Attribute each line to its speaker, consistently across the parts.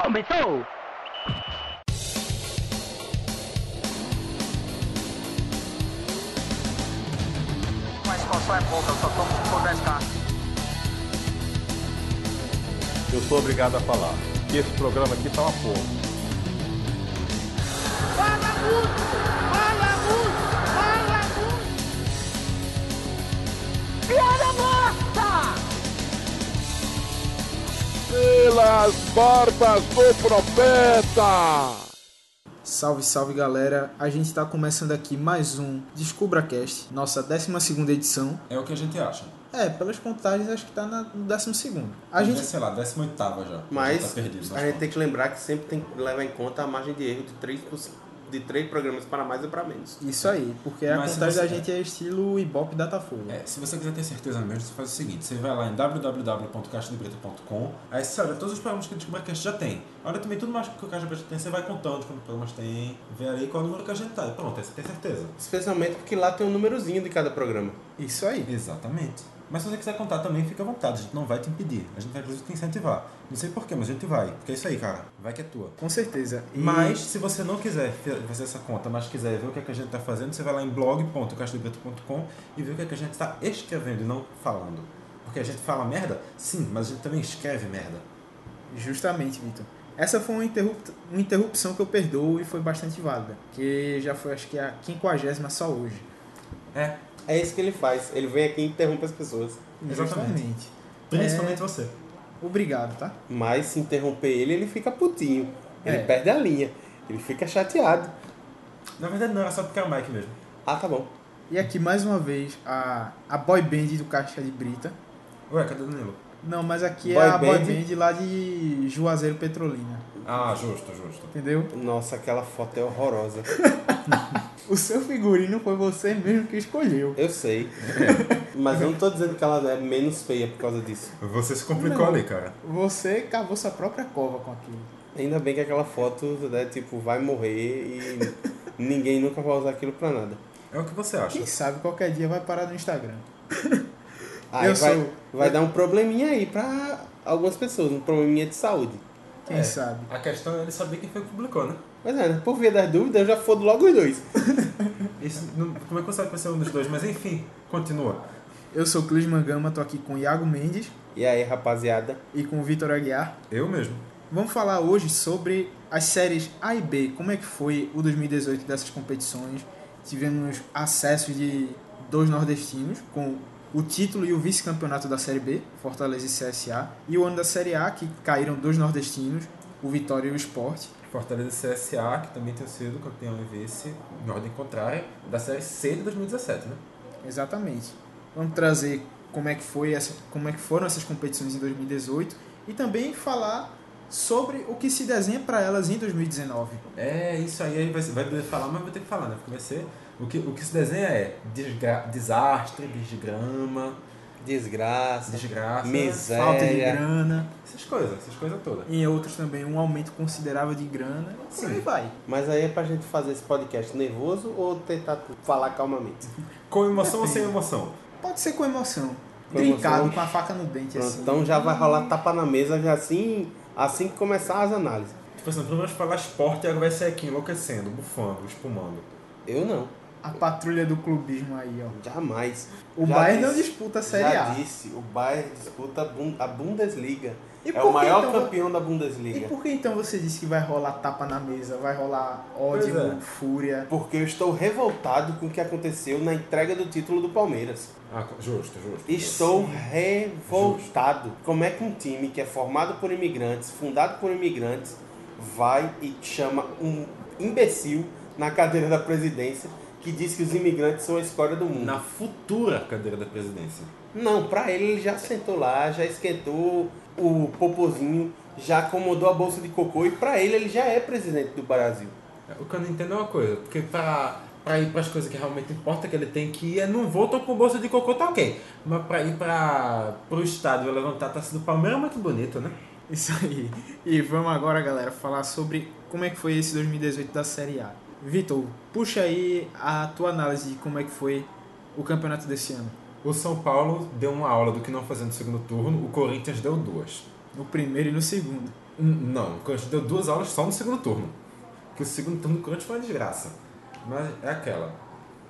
Speaker 1: Começou!
Speaker 2: Mas qual só é pouca, eu só tomo se for 10k.
Speaker 3: Eu sou obrigado a falar que esse programa aqui tá uma porra.
Speaker 4: Fala muito! Fala muito! Fala muito! Piada morta!
Speaker 5: pelas barbas do profeta.
Speaker 6: Salve, salve galera! A gente está começando aqui mais um DescubraCast, nossa 12 edição.
Speaker 7: É o que a gente acha.
Speaker 6: É, pelas contagens acho que tá está no 12. A
Speaker 7: Mas é,
Speaker 6: gente.
Speaker 7: sei lá, 18 já.
Speaker 8: Mas
Speaker 7: já tá perdido,
Speaker 8: a gente tem que lembrar que sempre tem que levar em conta a margem de erro de 3, de três programas para mais ou para menos.
Speaker 6: Isso aí, porque a
Speaker 7: Mas se
Speaker 6: contagem da
Speaker 7: você-
Speaker 6: gente é estilo Ibope Datafolha.
Speaker 7: É, se você quiser ter certeza mesmo, você faz o seguinte: você vai lá em www.caixadebreta.com, aí você olha todos os programas que o DescubraCast já tem. Olha também tudo mais que o Caixa de Breta tem, você vai contando quantos programas tem, vê aí qual número que a gente tá. E Pronto, aí você tem certeza.
Speaker 8: Especialmente porque lá tem um númerozinho de cada programa.
Speaker 7: É.
Speaker 6: Isso aí.
Speaker 7: Exatamente. Mas se você quiser contar também, fica à vontade, a gente não vai te impedir. A gente vai inclusive te incentivar. Não sei porquê, mas a gente vai. Porque é isso aí, cara. Vai que é tua.
Speaker 6: Com certeza. E-
Speaker 7: Mas se você não quiser fe- fazer essa conta, mas quiser ver o que, é que a gente está fazendo, você vai lá em blog.caixadobeto.com e vê o que, é que a gente está escrevendo e não falando. Porque a gente fala merda? Sim, mas a gente também escreve merda.
Speaker 6: Justamente, Vitor. Essa foi uma, interrupt- uma interrupção que eu perdoo e foi bastante válida, que já foi acho que a 50 só hoje.
Speaker 7: É,
Speaker 8: É isso que ele faz. Ele vem aqui e interrompe as pessoas.
Speaker 7: Exatamente.
Speaker 6: Justamente.
Speaker 7: principalmente você.
Speaker 6: Obrigado, tá?
Speaker 8: Mas se interromper ele, ele fica putinho. Ele
Speaker 6: É.
Speaker 8: perde a linha. Ele fica chateado.
Speaker 7: Na verdade não, era só porque é o Mike mesmo.
Speaker 8: Ah, tá bom.
Speaker 6: E aqui mais uma vez a, a boy band do Caixa de Brita.
Speaker 7: Ué, cadê o Danilo?
Speaker 6: Não, mas aqui
Speaker 8: Boy
Speaker 6: é a boy
Speaker 8: band?
Speaker 6: band lá de Juazeiro Petrolina,
Speaker 7: Ah, justo, justo.
Speaker 6: entendeu?
Speaker 8: Nossa, aquela foto é horrorosa.
Speaker 6: O seu figurino foi você mesmo que escolheu.
Speaker 8: Eu sei. Mas eu não tô dizendo que ela é menos feia por causa disso.
Speaker 7: Você se complicou
Speaker 6: Não.
Speaker 7: ali, cara.
Speaker 6: Você cavou sua própria cova com aquilo.
Speaker 8: Ainda bem que aquela foto, né, tipo, vai morrer e ninguém nunca vai usar aquilo pra nada.
Speaker 7: É o que você acha.
Speaker 6: Quem sabe qualquer dia vai parar no Instagram.
Speaker 8: Aí
Speaker 6: Eu
Speaker 8: Ah, vai,
Speaker 6: sou-
Speaker 8: vai dar um probleminha aí pra algumas pessoas, um probleminha de saúde.
Speaker 6: Quem
Speaker 7: É.
Speaker 6: sabe?
Speaker 7: A questão é ele saber quem foi que publicou, né?
Speaker 8: Mas é, né? por via das dúvidas, eu já fodo logo os dois.
Speaker 7: Isso, não- como é que você sabe que vai ser um dos dois? Mas enfim, continua.
Speaker 6: Eu sou Clisman Gama, tô aqui com o Iago Mendes
Speaker 8: E aí, rapaziada,
Speaker 6: e com o Vitor Aguiar.
Speaker 7: Eu mesmo.
Speaker 6: Vamos falar hoje sobre as séries A e B, como é que foi o 2018 dessas competições. Tivemos acesso de dois nordestinos com o título e o vice-campeonato da Série B, Fortaleza e CSA, e o ano da Série A, que caíram dois nordestinos, o Vitória e o Sport.
Speaker 7: Fortaleza CSA, que também tem sido campeão em vice, em ordem contrária, da Série C de 2017, né?
Speaker 6: Exatamente. Vamos trazer como é que foi essa, como é que foram essas competições em 2018 e também falar sobre o que se desenha para elas em 2019.
Speaker 7: É, isso aí aí vai, vai poder falar, mas vou ter que falar, né? Porque vai ser... O que, o que se desenha é desgra- desastre, desgrama,
Speaker 8: desgraça.
Speaker 7: desgraça,
Speaker 8: Miséria.
Speaker 6: Falta de
Speaker 8: Séria.
Speaker 6: grana,
Speaker 7: essas coisas, essas coisas todas.
Speaker 6: em outros também um aumento considerável de grana, e por aí vai.
Speaker 8: Mas aí é pra gente fazer esse podcast nervoso ou tentar falar calmamente?
Speaker 7: Com emoção ou sem emoção?
Speaker 6: Pode ser com emoção.
Speaker 8: Com
Speaker 6: Brincado,
Speaker 8: emoção.
Speaker 6: com a faca no dente,
Speaker 8: Pronto,
Speaker 6: assim.
Speaker 8: então já vai rolar tapa na mesa já assim, assim que começar as análises.
Speaker 7: Tipo assim, vamos falar esporte e agora vai ser aqui enlouquecendo, bufando, espumando.
Speaker 8: Eu não,
Speaker 6: A patrulha do clubismo aí, ó.
Speaker 8: jamais.
Speaker 6: O
Speaker 8: Já
Speaker 6: Bayern não
Speaker 8: disse-
Speaker 6: disputa a Série
Speaker 8: Já
Speaker 6: A.
Speaker 8: disse, o Bayern disputa a Bun- a Bundesliga.
Speaker 6: E
Speaker 8: é
Speaker 6: por
Speaker 8: o
Speaker 6: que
Speaker 8: maior
Speaker 6: então-
Speaker 8: campeão da
Speaker 6: E
Speaker 8: Bundesliga.
Speaker 6: por que então você disse que vai rolar tapa na mesa, vai rolar ódio,
Speaker 7: Pois é.
Speaker 6: fúria?
Speaker 8: Porque eu estou revoltado com o que aconteceu na entrega do título do Palmeiras.
Speaker 7: Ah, justo, justo.
Speaker 8: Estou revoltado. Como é que um time que é formado por imigrantes, fundado por imigrantes, vai e chama um imbecil na cadeira da presidência que diz que os imigrantes são a escória do mundo?
Speaker 7: Na futura cadeira da presidência.
Speaker 8: Não, pra ele ele já sentou lá, já esquentou o popozinho, já acomodou a bolsa de cocô e pra ele ele já é presidente do Brasil.
Speaker 7: O que eu não entendo é uma coisa, porque pra, pra ir pras coisas que realmente importa que ele tem que ir, é não vou, tô com bolsa de cocô, tá ok. Mas pra ir pra, pro estádio levantar a taça do Palmeiras, mas que bonito, né?
Speaker 6: Isso aí. E vamos agora, galera, falar sobre como é que foi esse 2018 da Série A. Vitor, puxa aí a tua análise de como é que foi o campeonato desse ano.
Speaker 7: O São Paulo deu uma aula do que não fazer no segundo turno, o Corinthians deu duas.
Speaker 6: no primeiro e no segundo.
Speaker 7: N- Não, o Cante deu duas aulas só no segundo turno. Porque o segundo turno do Cante foi uma desgraça. Mas é aquela.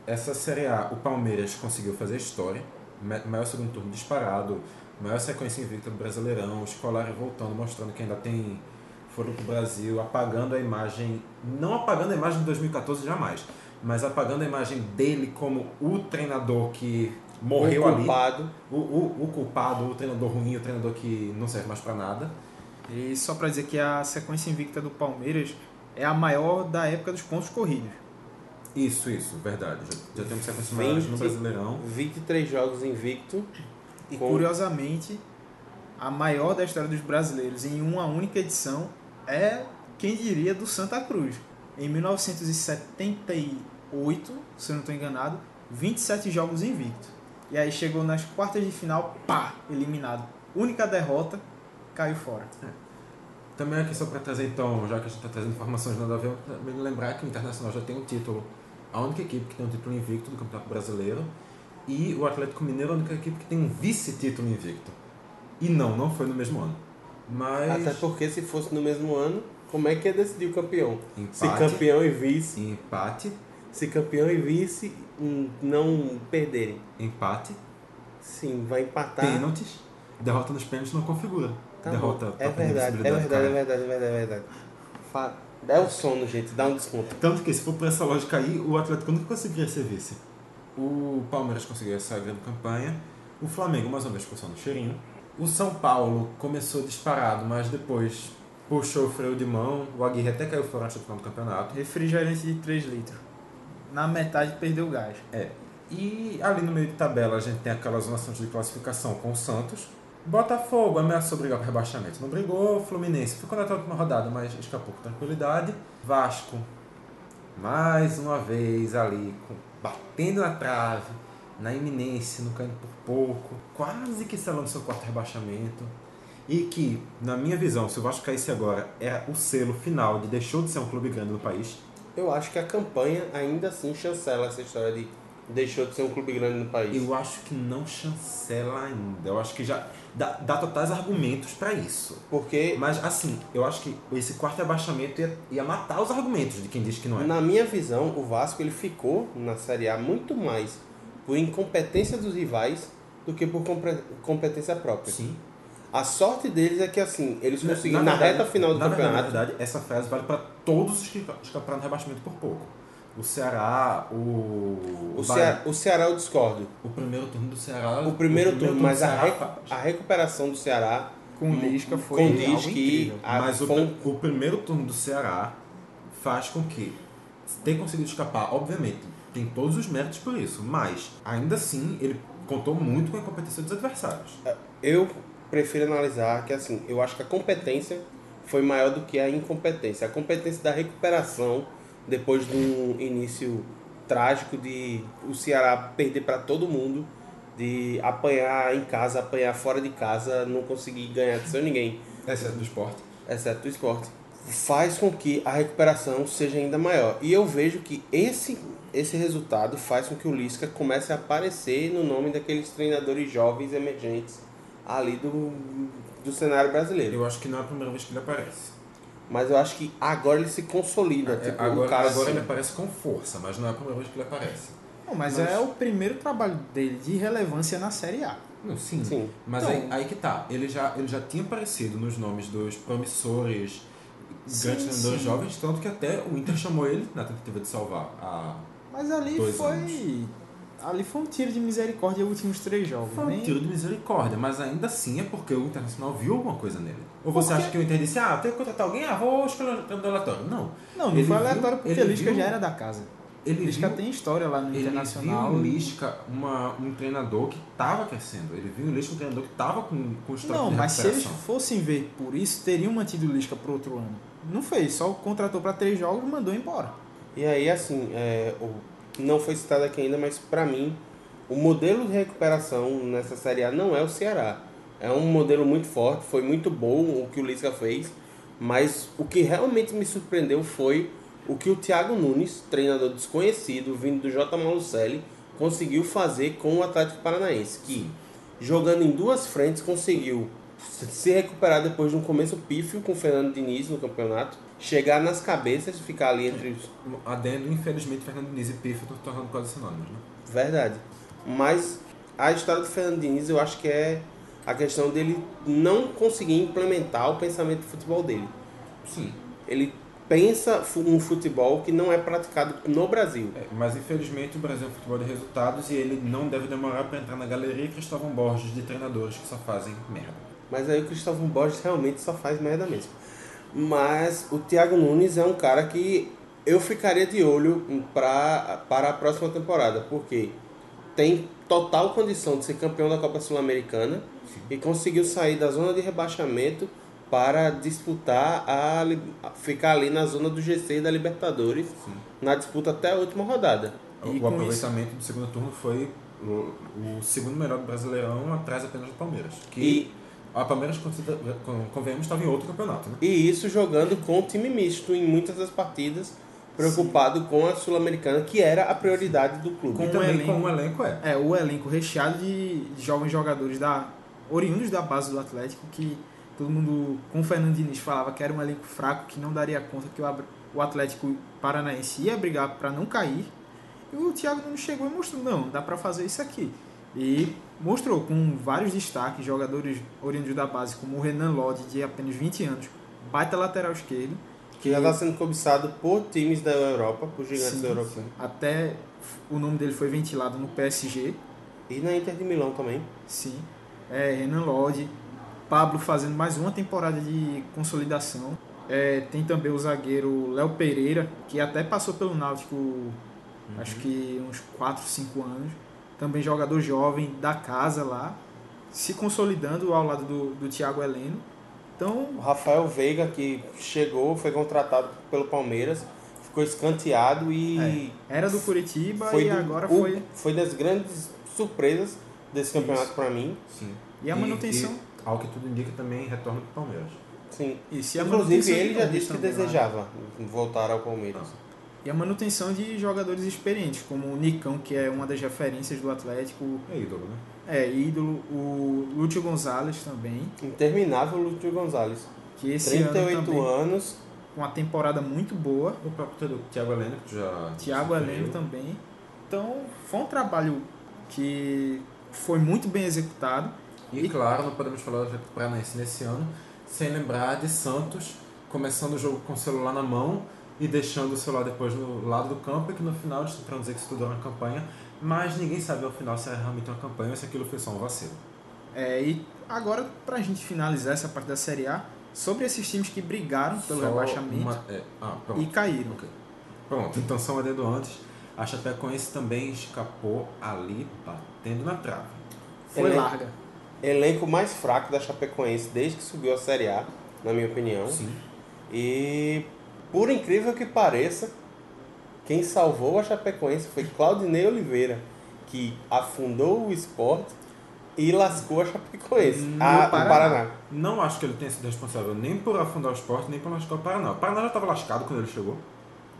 Speaker 7: Essa Série A, o Palmeiras conseguiu fazer história. ma- Maior segundo turno disparado. Maior sequência invicta do Brasileirão. O Scolari voltando, mostrando que ainda tem foram pro Brasil, apagando a imagem, não apagando a imagem de 2014 jamais, mas apagando a imagem dele como o treinador que morreu
Speaker 8: o
Speaker 7: ali,
Speaker 8: culpado.
Speaker 7: o, o, o culpado, o treinador ruim, o treinador que não serve mais pra nada.
Speaker 6: E só pra dizer que a sequência invicta do Palmeiras é a maior da época dos pontos corridos.
Speaker 7: Isso, isso, verdade. Já, já temos que se acostumar
Speaker 8: Vinte.
Speaker 7: no Brasileirão.
Speaker 8: 23 jogos invicto.
Speaker 6: E
Speaker 8: Com-
Speaker 6: curiosamente, a maior da história dos brasileiros em uma única edição é, quem diria, do Santa Cruz. Em 1978, se eu não estou enganado, 27 jogos invicto. E aí chegou nas quartas de final, pá, eliminado. Única derrota, caiu fora.
Speaker 7: Também aqui só pra trazer então, já que a gente tá trazendo informações nada a ver, também lembrar que o Internacional já tem um título. A única equipe que tem um título invicto do Campeonato Brasileiro. E o Atlético Mineiro é a única equipe que tem um vice-título invicto. E não, não foi no mesmo ano. Mas.
Speaker 8: Até porque se fosse no mesmo ano, como é que ia decidir o campeão? Se
Speaker 7: Empate.
Speaker 8: campeão e vice.
Speaker 7: Empate,
Speaker 8: Se campeão e vice hum, não perderem.
Speaker 7: empate,
Speaker 8: Sim, vai empatar.
Speaker 7: pênaltis. Derrota nos pênaltis não configura.
Speaker 8: Tá bom.
Speaker 7: derrota pra
Speaker 8: É
Speaker 7: perder a
Speaker 8: verdade, é
Speaker 7: visibilidade, cara.
Speaker 8: verdade, é verdade, é verdade, é verdade. Fa- Dá o sono, gente, dá um desconto.
Speaker 7: Tanto que se for por essa lógica aí, o Atlético nunca conseguiria ser vice. O Palmeiras conseguiu essa grande campanha. O Flamengo, mais uma vez, ficou só no cheirinho. O São Paulo começou disparado, mas depois puxou o freio de mão. O Aguirre até caiu fora antes do final do campeonato.
Speaker 6: Refrigerante de 3 litros. Na metade perdeu o gás.
Speaker 7: É. E ali no meio de tabela a gente tem aquela zona Santos de classificação com o Santos. Botafogo ameaçou brigar para rebaixamento, não brigou. Fluminense ficou na última rodada, mas escapou com tranquilidade. Vasco, mais uma vez ali, com- batendo na trave, na iminência, não caindo por pouco. Quase que selando seu quarto rebaixamento. E que, na minha visão, se o Vasco caísse agora, era o selo final de deixou de ser um clube grande no país.
Speaker 8: Eu acho que a campanha ainda assim chancela essa história de deixou de ser um clube grande no país.
Speaker 7: Eu acho que não chancela ainda. Eu acho que já dá, dá totais argumentos pra isso.
Speaker 8: Porque,
Speaker 7: Mas assim, eu acho que esse quarto abaixamento ia, ia matar os argumentos de quem diz que não é.
Speaker 8: na minha visão, o Vasco ele ficou na Série A muito mais por incompetência dos rivais do que por compre- competência própria.
Speaker 7: Sim.
Speaker 8: A sorte deles é que assim, eles conseguiram na,
Speaker 7: verdade-
Speaker 8: reta final do
Speaker 7: na
Speaker 8: campeonato.
Speaker 7: Verdade, na verdade, essa frase vale pra todos os que escaparam do rebaixamento por pouco. O Ceará, o.
Speaker 8: o,
Speaker 7: Bahia-
Speaker 8: Ceará, o Ceará eu discordo.
Speaker 7: o primeiro turno do Ceará.
Speaker 8: Ah, O primeiro turno, é
Speaker 7: do
Speaker 8: mas a,
Speaker 7: Ceará-
Speaker 8: recu- a recuperação do Ceará
Speaker 6: Com o Lisca foi
Speaker 8: com
Speaker 6: algo
Speaker 8: diz que
Speaker 6: incrível.
Speaker 8: a,
Speaker 7: Mas o,
Speaker 8: foi um
Speaker 7: o primeiro turno do Ceará faz com que tenha conseguido escapar, obviamente, tem todos os méritos por isso, mas ainda assim ele contou muito com a competência dos adversários.
Speaker 8: Eu prefiro analisar que assim, eu acho que a competência foi maior do que a incompetência. A competência da recuperação depois do início trágico de o Ceará perder para todo mundo, de apanhar em casa, apanhar fora de casa, não conseguir ganhar de seu ninguém,
Speaker 7: Exceto do esporte.
Speaker 8: exceto o esporte, faz com que a recuperação seja ainda maior. E eu vejo que esse esse resultado faz com que o Lisca comece a aparecer no nome daqueles treinadores jovens emergentes ali do, do cenário brasileiro.
Speaker 7: Eu acho que não é a primeira vez que ele aparece.
Speaker 8: Mas eu acho que agora ele se consolida.
Speaker 7: É,
Speaker 8: tipo,
Speaker 7: agora
Speaker 8: o cara
Speaker 7: agora
Speaker 8: assim,
Speaker 7: ele aparece com força, mas não é a primeira vez que ele aparece.
Speaker 6: Bom, mas,
Speaker 7: Mas-
Speaker 6: é o primeiro trabalho dele de relevância na Série A.
Speaker 7: Não, sim.
Speaker 8: Sim.
Speaker 7: Mas
Speaker 6: Então-
Speaker 7: aí, aí que tá. Ele já, ele já tinha aparecido nos nomes dos promissores,
Speaker 6: Sim,
Speaker 7: grandes treinadores
Speaker 6: sim.
Speaker 7: jovens, tanto que até o Inter chamou ele na tentativa de salvar a
Speaker 6: Mas ali
Speaker 7: Dois
Speaker 6: foi.
Speaker 7: anos.
Speaker 6: Ali foi um tiro de misericórdia os últimos três jogos.
Speaker 7: Foi um
Speaker 6: nem-
Speaker 7: tiro de misericórdia, mas ainda assim é porque o Internacional viu alguma coisa nele. Ou você
Speaker 6: Porque-
Speaker 7: acha que o Inter disse, ah, tem que contratar alguém, ah, vou escolher o treinador aleatório. Não.
Speaker 6: Não, não
Speaker 7: Ele
Speaker 6: foi
Speaker 7: viu-
Speaker 6: aleatório porque
Speaker 7: ele
Speaker 6: Lisca
Speaker 7: viu-
Speaker 6: já era da casa.
Speaker 7: Ele
Speaker 6: Lisca
Speaker 7: viu,
Speaker 6: tem história lá no
Speaker 7: ele
Speaker 6: Internacional.
Speaker 7: viu o Lisca uma, um treinador que tava crescendo. Ele viu o Lisca um treinador que tava com, com história
Speaker 6: Não,
Speaker 7: de
Speaker 6: mas se eles
Speaker 7: recuperação.
Speaker 6: fossem ver por isso, teriam mantido o Lisca pro outro ano. Não fez, só contratou pra três jogos e mandou embora.
Speaker 8: E aí, assim, é, o- não foi citado aqui ainda, mas pra mim, o modelo de recuperação nessa Série A não é o Ceará. É um modelo muito forte, foi muito bom o que o Lisca fez, mas o que realmente me surpreendeu foi o que o Thiago Nunes, treinador desconhecido, vindo do J. Malucelli, conseguiu fazer com o Atlético Paranaense, que jogando em duas frentes conseguiu se recuperar depois de um começo pífio com o Fernando Diniz no campeonato, chegar nas cabeças e ficar ali entre os.
Speaker 7: Adendo, infelizmente, Fernando Diniz e Piff estão se tornando quase sinônimos, né?
Speaker 8: Verdade. Mas a história do Fernando Diniz eu acho que é a questão dele não conseguir implementar o pensamento de futebol dele.
Speaker 7: Sim.
Speaker 8: Ele pensa fu- um futebol que não é praticado no Brasil.
Speaker 7: É, mas infelizmente o Brasil é um futebol de resultados e ele não deve demorar pra entrar na galeria Cristóvão Borges de treinadores que só fazem merda.
Speaker 8: Mas aí o Cristóvão Borges realmente só faz merda mesmo. Mas o Thiago Nunes é um cara que eu ficaria de olho pra, para a próxima temporada, porque tem total condição de ser campeão da Copa Sul-Americana e conseguiu sair da zona de rebaixamento para disputar a li- ficar ali na zona do G6 da Libertadores na disputa até a última rodada.
Speaker 7: O,
Speaker 6: E
Speaker 7: o
Speaker 6: com
Speaker 7: aproveitamento do segundo turno foi o, o segundo melhor do Brasileirão, atrás apenas do Palmeiras. Que
Speaker 8: E-
Speaker 7: a Palmeiras, considera- con- convenhamos, estava em outro campeonato, né?
Speaker 8: E isso jogando com o time misto em muitas das partidas, preocupado com a Sul-Americana, que era a prioridade do clube.
Speaker 7: Com, um
Speaker 6: também-
Speaker 7: elenco, um elenco é.
Speaker 6: É, o elenco recheado de jovens jogadores da oriundos da base do Atlético, que todo mundo, com o Fernando Diniz, falava que era um elenco fraco, que não daria conta, que o, Abra- o Atlético Paranaense ia brigar para não cair. E o Thiago Nunes chegou e mostrou, não, dá para fazer isso aqui. E mostrou com vários destaques, jogadores oriundos da base, como o Renan Lodi, de apenas 20 anos, baita lateral esquerdo,
Speaker 8: Que já está sendo cobiçado por times da Europa, por gigantes
Speaker 6: Sim,
Speaker 8: da Europa.
Speaker 6: até o nome dele foi ventilado no PSG,
Speaker 8: E na Inter de Milão também.
Speaker 6: Sim. É, Renan Lodge. Pablo fazendo mais uma temporada de consolidação. É, tem também o zagueiro Léo Pereira, que até passou pelo Náutico
Speaker 8: Uhum.
Speaker 6: acho que uns 4, 5 anos. Também jogador jovem da casa lá, se consolidando ao lado do, do Thiago Heleno. Então,
Speaker 8: O Rafael Veiga, que chegou, foi contratado pelo Palmeiras, ficou escanteado e
Speaker 6: era do Curitiba
Speaker 8: foi
Speaker 6: e
Speaker 8: do-
Speaker 6: agora
Speaker 8: o-
Speaker 6: foi.
Speaker 8: foi das grandes surpresas desse campeonato para mim.
Speaker 7: Sim.
Speaker 6: E a manutenção?
Speaker 7: e, ao que tudo indica, também retorna para o Palmeiras.
Speaker 8: Sim.
Speaker 6: E se a
Speaker 8: Inclusive,
Speaker 6: manutenção do
Speaker 8: ele já
Speaker 6: Torres
Speaker 8: disse que
Speaker 6: também, né?
Speaker 8: desejava voltar ao Palmeiras.
Speaker 6: E a manutenção de jogadores experientes, como o Nicão, que é uma das referências do Atlético,
Speaker 7: É ídolo, né?
Speaker 6: É, ídolo, o Lúcio Gonzalez também,
Speaker 8: Interminável Lúcio Gonzalez.
Speaker 6: que esse ano
Speaker 8: 38
Speaker 6: também,
Speaker 8: anos,
Speaker 6: com uma temporada muito boa.
Speaker 7: O próprio Thiago Heleno, que já...
Speaker 6: Thiago
Speaker 7: já
Speaker 6: Heleno
Speaker 7: saiu.
Speaker 6: também. Então, foi um trabalho que foi muito bem executado.
Speaker 7: E claro, não podemos falar do Atlético Paranaense nesse ano sem lembrar de Santos começando o jogo com o celular na mão e deixando o celular depois no lado do campo e que no final eles tentaram dizer que isso tudo era uma campanha, mas ninguém sabe ao final se era realmente uma campanha ou se aquilo foi só um vacilo.
Speaker 6: É, e agora, pra gente finalizar essa parte da Série A, sobre esses times que brigaram pelo
Speaker 7: Só
Speaker 6: rebaixamento
Speaker 7: uma- é, ah, pronto.
Speaker 6: e caíram.
Speaker 7: Ok. Pronto, então só um adendo antes. A Chapecoense também escapou ali batendo na trave.
Speaker 6: Foi
Speaker 8: Ele-
Speaker 6: larga.
Speaker 8: elenco mais fraco da Chapecoense desde que subiu a Série A, na minha opinião.
Speaker 7: Sim.
Speaker 8: E por incrível que pareça, quem salvou a Chapecoense foi Claudinei Oliveira, que afundou o esporte e lascou a Chapecoense.
Speaker 6: No
Speaker 8: Ah, o
Speaker 6: Paraná.
Speaker 8: Paraná.
Speaker 7: Não acho que ele tenha sido responsável nem por afundar o esporte, nem por lascar o Paraná. O Paraná já estava lascado quando ele chegou.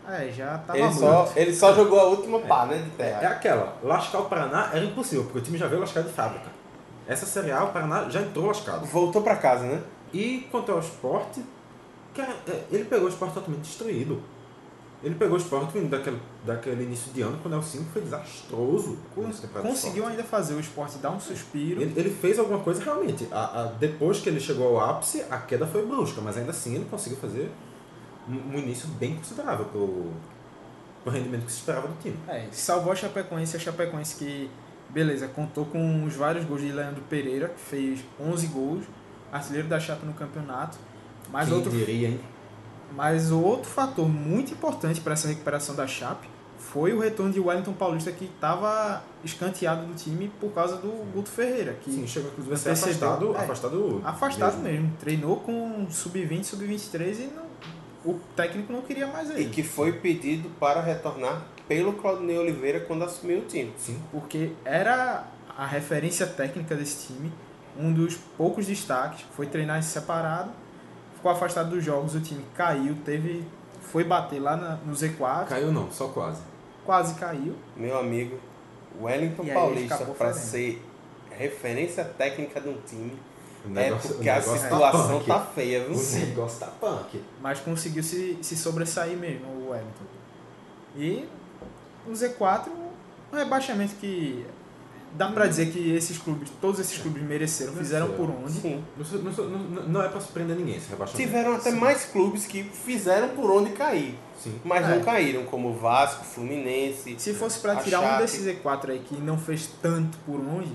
Speaker 6: É, já tava
Speaker 8: Ele
Speaker 6: muito.
Speaker 8: só, ele só jogou a última pá, né, de
Speaker 7: É
Speaker 8: terra.
Speaker 7: aquela, lascar o Paraná era impossível, porque o time já veio lascado de fábrica. Essa Série A, o Paraná já entrou
Speaker 6: É.
Speaker 7: lascado.
Speaker 8: Voltou pra casa, né?
Speaker 7: E quanto ao esporte, cara, é, ele pegou o esporte totalmente destruído. Ele pegou o esporte vindo daquele, daquele início de ano, quando o Nelson foi desastroso. com essa temporada do
Speaker 6: Conseguiu ainda fazer o esporte dar um suspiro.
Speaker 7: Sport. Ele, ele fez alguma coisa realmente. A- a- depois que ele chegou ao ápice, a queda foi brusca, mas ainda assim ele conseguiu fazer um, um início bem considerável pro, pro rendimento que se esperava do time.
Speaker 6: É, salvou a Chapecoense, a Chapecoense que, beleza, contou com os vários gols de Leandro Pereira, que fez 11 gols, artilheiro da Chapa no campeonato. Mas,
Speaker 7: Quem
Speaker 6: outro,
Speaker 7: diria, hein?
Speaker 6: mas outro fator muito importante para essa recuperação da Chape foi o retorno de Wellington Paulista, que estava escanteado do time por causa do Guto Ferreira, que
Speaker 7: Sim, chegou inclusive a ser
Speaker 6: Percebeu,
Speaker 7: afastado,
Speaker 6: é.
Speaker 7: afastado,
Speaker 6: afastado mesmo. treinou com sub-20, sub-23 e não- o técnico não queria mais ele.
Speaker 8: E que foi pedido para retornar pelo Claudinei Oliveira quando assumiu o time.
Speaker 7: Sim.
Speaker 6: porque era a referência técnica desse time, um dos poucos destaques, foi treinar separado, ficou afastado dos jogos, o time caiu, teve foi bater lá na- no Z4,
Speaker 7: Caiu não, só quase.
Speaker 8: É,
Speaker 6: quase caiu.
Speaker 8: Meu amigo, Wellington
Speaker 6: E aí ele
Speaker 8: Paulista,
Speaker 6: acabou
Speaker 8: para
Speaker 6: fazendo.
Speaker 8: ser referência técnica de um time,
Speaker 7: O
Speaker 8: É
Speaker 7: negócio- o
Speaker 8: porque a
Speaker 7: negócio
Speaker 8: situação
Speaker 7: punk.
Speaker 8: tá feia, viu?
Speaker 7: O negócio tá punk.
Speaker 6: Mas conseguiu se, se sobressair mesmo o Wellington. E o Z4 é um rebaixamento que dá pra dizer que esses clubes, todos esses clubes mereceram, fizeram por onde.
Speaker 8: Sim.
Speaker 7: Não, se- não se- não- não é pra surpreender ninguém esse rebaixamento.
Speaker 8: Tiveram até mais clubes que fizeram por onde cair,
Speaker 7: Sim.
Speaker 8: mas
Speaker 6: É.
Speaker 8: não caíram, como o Vasco, Fluminense.
Speaker 6: Se fosse pra
Speaker 8: A
Speaker 6: tirar um
Speaker 8: Chape.
Speaker 6: desses Z4 aí que não fez tanto por onde,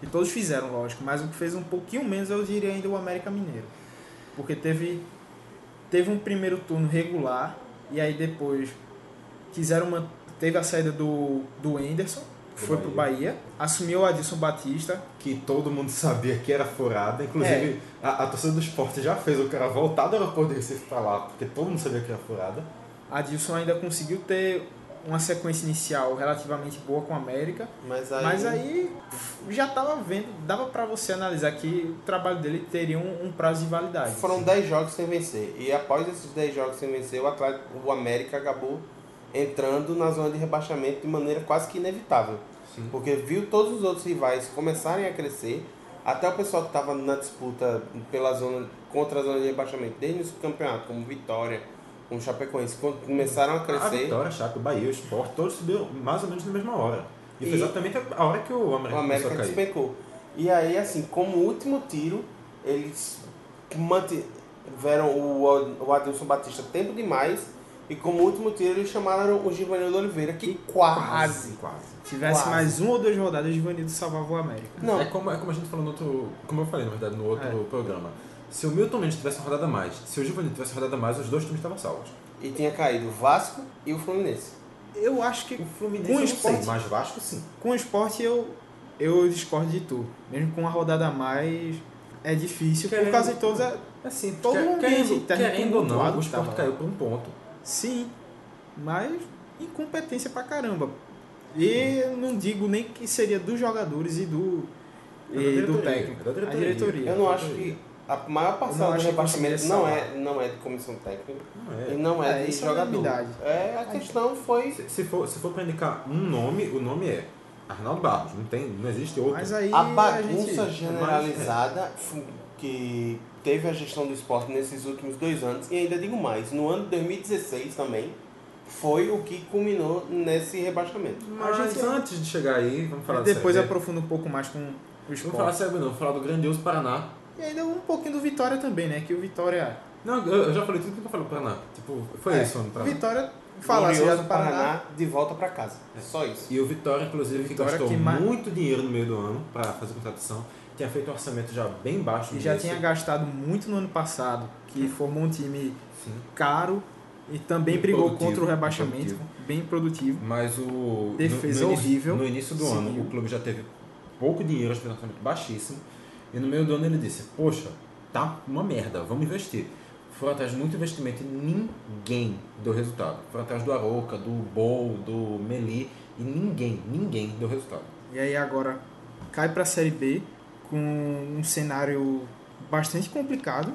Speaker 6: que todos fizeram, lógico, mas o que fez um pouquinho menos eu diria ainda o América Mineiro. Porque teve, teve um primeiro turno regular e aí depois quiseram uma, teve a saída do, do Anderson, que
Speaker 7: Do
Speaker 6: foi pro Bahia, assumiu o Adilson Batista,
Speaker 7: Que todo mundo sabia que era furada. Inclusive,
Speaker 8: É.
Speaker 7: a, a torcida do esporte já fez o cara voltar do aeroporto de Recife pra lá, porque todo mundo sabia que era furada.
Speaker 6: Adilson ainda conseguiu ter uma sequência inicial relativamente boa com o América,
Speaker 8: Mas aí,
Speaker 6: mas aí já tava vendo, dava pra você analisar que o trabalho dele teria um, um prazo de validade.
Speaker 8: foram 10 jogos sem vencer. E após esses 10 jogos sem vencer, o, Atlético, o América acabou entrando na zona de rebaixamento de maneira quase que inevitável. Porque viu todos os outros rivais começarem a crescer, até o pessoal que estava na disputa pela zona, contra a zona de rebaixamento desde o início do campeonato, como Vitória, como Chapecoense, quando começaram a
Speaker 7: A
Speaker 8: crescer.
Speaker 7: Vitória, a Chape, o Bahia, o Sport, todos subiram mais ou menos na mesma hora. E,
Speaker 8: E-
Speaker 7: foi exatamente a a hora que o América,
Speaker 8: O América
Speaker 7: começou a cair.
Speaker 8: despencou. E aí, assim, como último tiro, eles mantiveram o, o Adilson Batista tempo demais. E como último tiro, eles chamaram o Givanildo Oliveira, que quase.
Speaker 7: Quase.
Speaker 6: Tivesse
Speaker 8: Quase.
Speaker 6: mais uma ou duas rodadas, Givanildo salvava o América.
Speaker 8: Não,
Speaker 7: É como, é como a gente falou no outro. Como eu falei, na verdade, no outro
Speaker 6: É.
Speaker 7: programa. Se o Milton Mendes tivesse uma rodada a mais, se o Giovanni tivesse uma rodada a mais, os dois times estavam salvos.
Speaker 8: e tinha caído o Vasco e o Fluminense. Tipo assim,
Speaker 6: Eu acho que
Speaker 7: O Fluminense
Speaker 6: Com
Speaker 7: eu não
Speaker 6: esporte-
Speaker 7: sei, mas Vasco sim.
Speaker 6: com o esporte eu, eu discordo de tu. Mesmo com uma rodada a mais, é difícil, por
Speaker 7: Querendo-
Speaker 6: causa de todos. é-
Speaker 7: Assim,
Speaker 6: todo mundo
Speaker 7: querendo,
Speaker 6: tá
Speaker 7: querendo ou não,
Speaker 6: tumultuado,
Speaker 7: o Sport
Speaker 6: tá,
Speaker 7: caiu por um ponto.
Speaker 6: Sim, mas incompetência pra caramba. E eu não digo nem que seria dos jogadores e do,
Speaker 7: É da
Speaker 6: e do
Speaker 7: diretoria,
Speaker 6: técnico.
Speaker 7: é da diretoria.
Speaker 6: A diretoria.
Speaker 8: Eu não acho que a maior
Speaker 6: Eu não
Speaker 8: parcela do
Speaker 6: acho que
Speaker 8: rebaixamento
Speaker 6: conseguiria
Speaker 8: não
Speaker 6: salvar.
Speaker 8: é, não é de comissão técnica
Speaker 7: Não é.
Speaker 8: e não é,
Speaker 6: É,
Speaker 8: de
Speaker 6: isso é
Speaker 8: jogador.
Speaker 6: unanimidade.
Speaker 8: É, a questão foi
Speaker 7: Se, se for, se for pra indicar um nome, o nome é Arnaldo Barros. Não, tem, não existe outro.
Speaker 6: Mas aí
Speaker 8: a
Speaker 6: gente- né?
Speaker 8: bagunça generalizada fu- que teve a gestão do esporte nesses últimos dois anos, e ainda digo mais, no ano de 2016 também, foi o que culminou nesse rebaixamento.
Speaker 7: Mas
Speaker 6: A gente-
Speaker 7: antes de chegar aí, vamos falar
Speaker 6: Aí depois
Speaker 7: da Série B.
Speaker 6: aprofunda um pouco mais com o
Speaker 7: Vamos falar da
Speaker 6: esporte.
Speaker 7: Série B, não. Vamos falar do grandioso Paraná.
Speaker 6: E ainda um pouquinho do Vitória também, né? Que o Vitória.
Speaker 7: Não, eu, eu já falei tudo que eu falei do Paraná. Tipo, foi
Speaker 6: É,
Speaker 7: isso, ano Paraná.
Speaker 6: Vitória falar assim,
Speaker 8: Glorioso
Speaker 6: do Paraná.
Speaker 8: de volta pra casa. É só isso.
Speaker 7: E o Vitória, inclusive, que
Speaker 6: Vitória
Speaker 7: gastou
Speaker 6: que ma-
Speaker 7: muito dinheiro no meio do ano pra fazer contratação. Tinha feito um orçamento já bem baixo.
Speaker 6: E já
Speaker 7: desse.
Speaker 6: tinha gastado muito no ano passado, que formou um time caro e também
Speaker 7: E
Speaker 6: brigou
Speaker 7: produtivo,
Speaker 6: contra o rebaixamento,
Speaker 7: produtivo.
Speaker 6: bem produtivo.
Speaker 7: Mas o.
Speaker 6: Defesa
Speaker 7: no, no
Speaker 6: horrível.
Speaker 7: Início, no início do
Speaker 6: Seguiu.
Speaker 7: ano, o clube já teve pouco dinheiro, acho que um orçamento baixíssimo. E no meio do ano ele disse: Poxa, tá uma merda, vamos investir. Foram atrás de muito investimento e ninguém deu resultado. Foram atrás do Aroca, do Bol, do Meli e ninguém, ninguém deu resultado.
Speaker 6: E aí agora cai para a Série B com um cenário bastante complicado,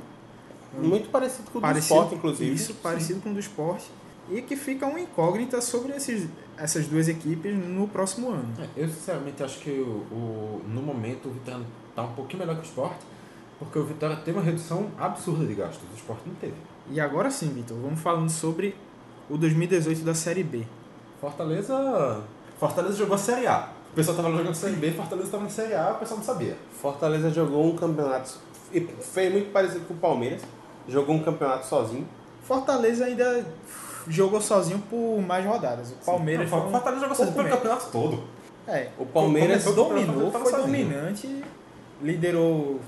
Speaker 8: Muito parecido com o
Speaker 6: Hum. parecido
Speaker 8: do esporte, inclusive.
Speaker 6: Isso, parecido com o do esporte. E que fica uma incógnita sobre esses, essas duas equipes no próximo ano.
Speaker 7: É, Eu sinceramente acho que o, o- no momento o Vitória tá um pouquinho melhor que o Sport, porque o Vitória teve uma redução absurda de gastos, o Sport não teve.
Speaker 6: E agora sim, Vitor, vamos falando sobre o 2018 da Série B.
Speaker 7: Fortaleza. Fortaleza jogou a Série A. O pessoal tava jogando Série B, Fortaleza tava na Série A, o pessoal não sabia.
Speaker 8: Fortaleza jogou um campeonato e fez muito parecido com o Palmeiras. Jogou um campeonato sozinho.
Speaker 6: Fortaleza ainda jogou sozinho por mais rodadas. O Palmeiras
Speaker 7: Não,
Speaker 6: foi um
Speaker 7: Fortaleza jogou Série B
Speaker 6: pouco
Speaker 7: pelo
Speaker 6: menos.
Speaker 7: campeonato todo.
Speaker 6: É,
Speaker 8: O Palmeiras
Speaker 7: Começou-
Speaker 6: dominou,
Speaker 7: tava
Speaker 6: foi
Speaker 7: sozinho.
Speaker 6: dominante, liderou,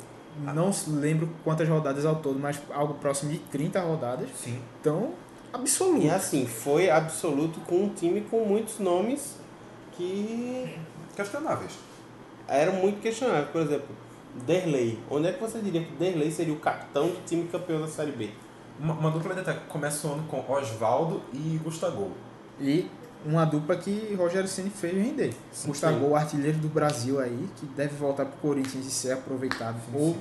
Speaker 6: não se lembro quantas rodadas ao todo, mas algo próximo de 30 rodadas.
Speaker 7: Sim.
Speaker 6: Então, absoluto.
Speaker 8: E assim, foi absoluto com um time com muitos nomes que
Speaker 7: Questionáveis.
Speaker 8: era muito questionável. Por exemplo, Derlei. Onde é que você diria que Derlei seria o capitão do time campeão da Série B?
Speaker 7: Uma, uma dupla de ataque começa o ano com Osvaldo e Gustavo.
Speaker 6: E uma dupla que Rogério Ceni fez render. Gustavo, o artilheiro do Brasil aí, que deve voltar pro Corinthians e ser aproveitado ou,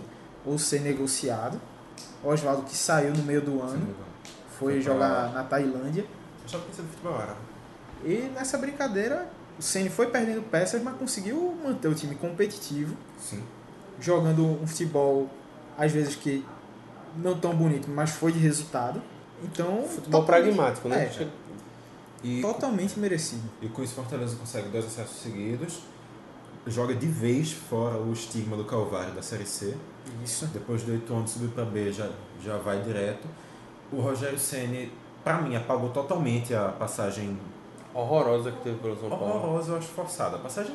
Speaker 6: ou ser negociado. Oswaldo que saiu no meio do ano, foi
Speaker 7: Foi pra
Speaker 6: jogar
Speaker 7: lá.
Speaker 6: na Tailândia.
Speaker 7: Só que pensei no futebol árabe.
Speaker 6: E nessa brincadeira, o Ceni foi perdendo peças, mas conseguiu manter o time competitivo,
Speaker 7: Sim.
Speaker 6: jogando um futebol às vezes que não tão bonito, mas foi de resultado. Então.
Speaker 8: Futebol
Speaker 6: totalmente-
Speaker 8: pragmático, né?
Speaker 6: É,
Speaker 7: E,
Speaker 6: totalmente merecido.
Speaker 7: e com isso, Fortaleza consegue dois acessos seguidos. Joga de vez fora o estigma do Calvário da Série C.
Speaker 6: Isso.
Speaker 7: Depois de oito anos subir para B, já, já vai direto. O Rogério Ceni, para mim, apagou totalmente a passagem
Speaker 8: Horrorosa que teve pelo São Paulo.
Speaker 7: horrorosa, eu acho forçada. A passagem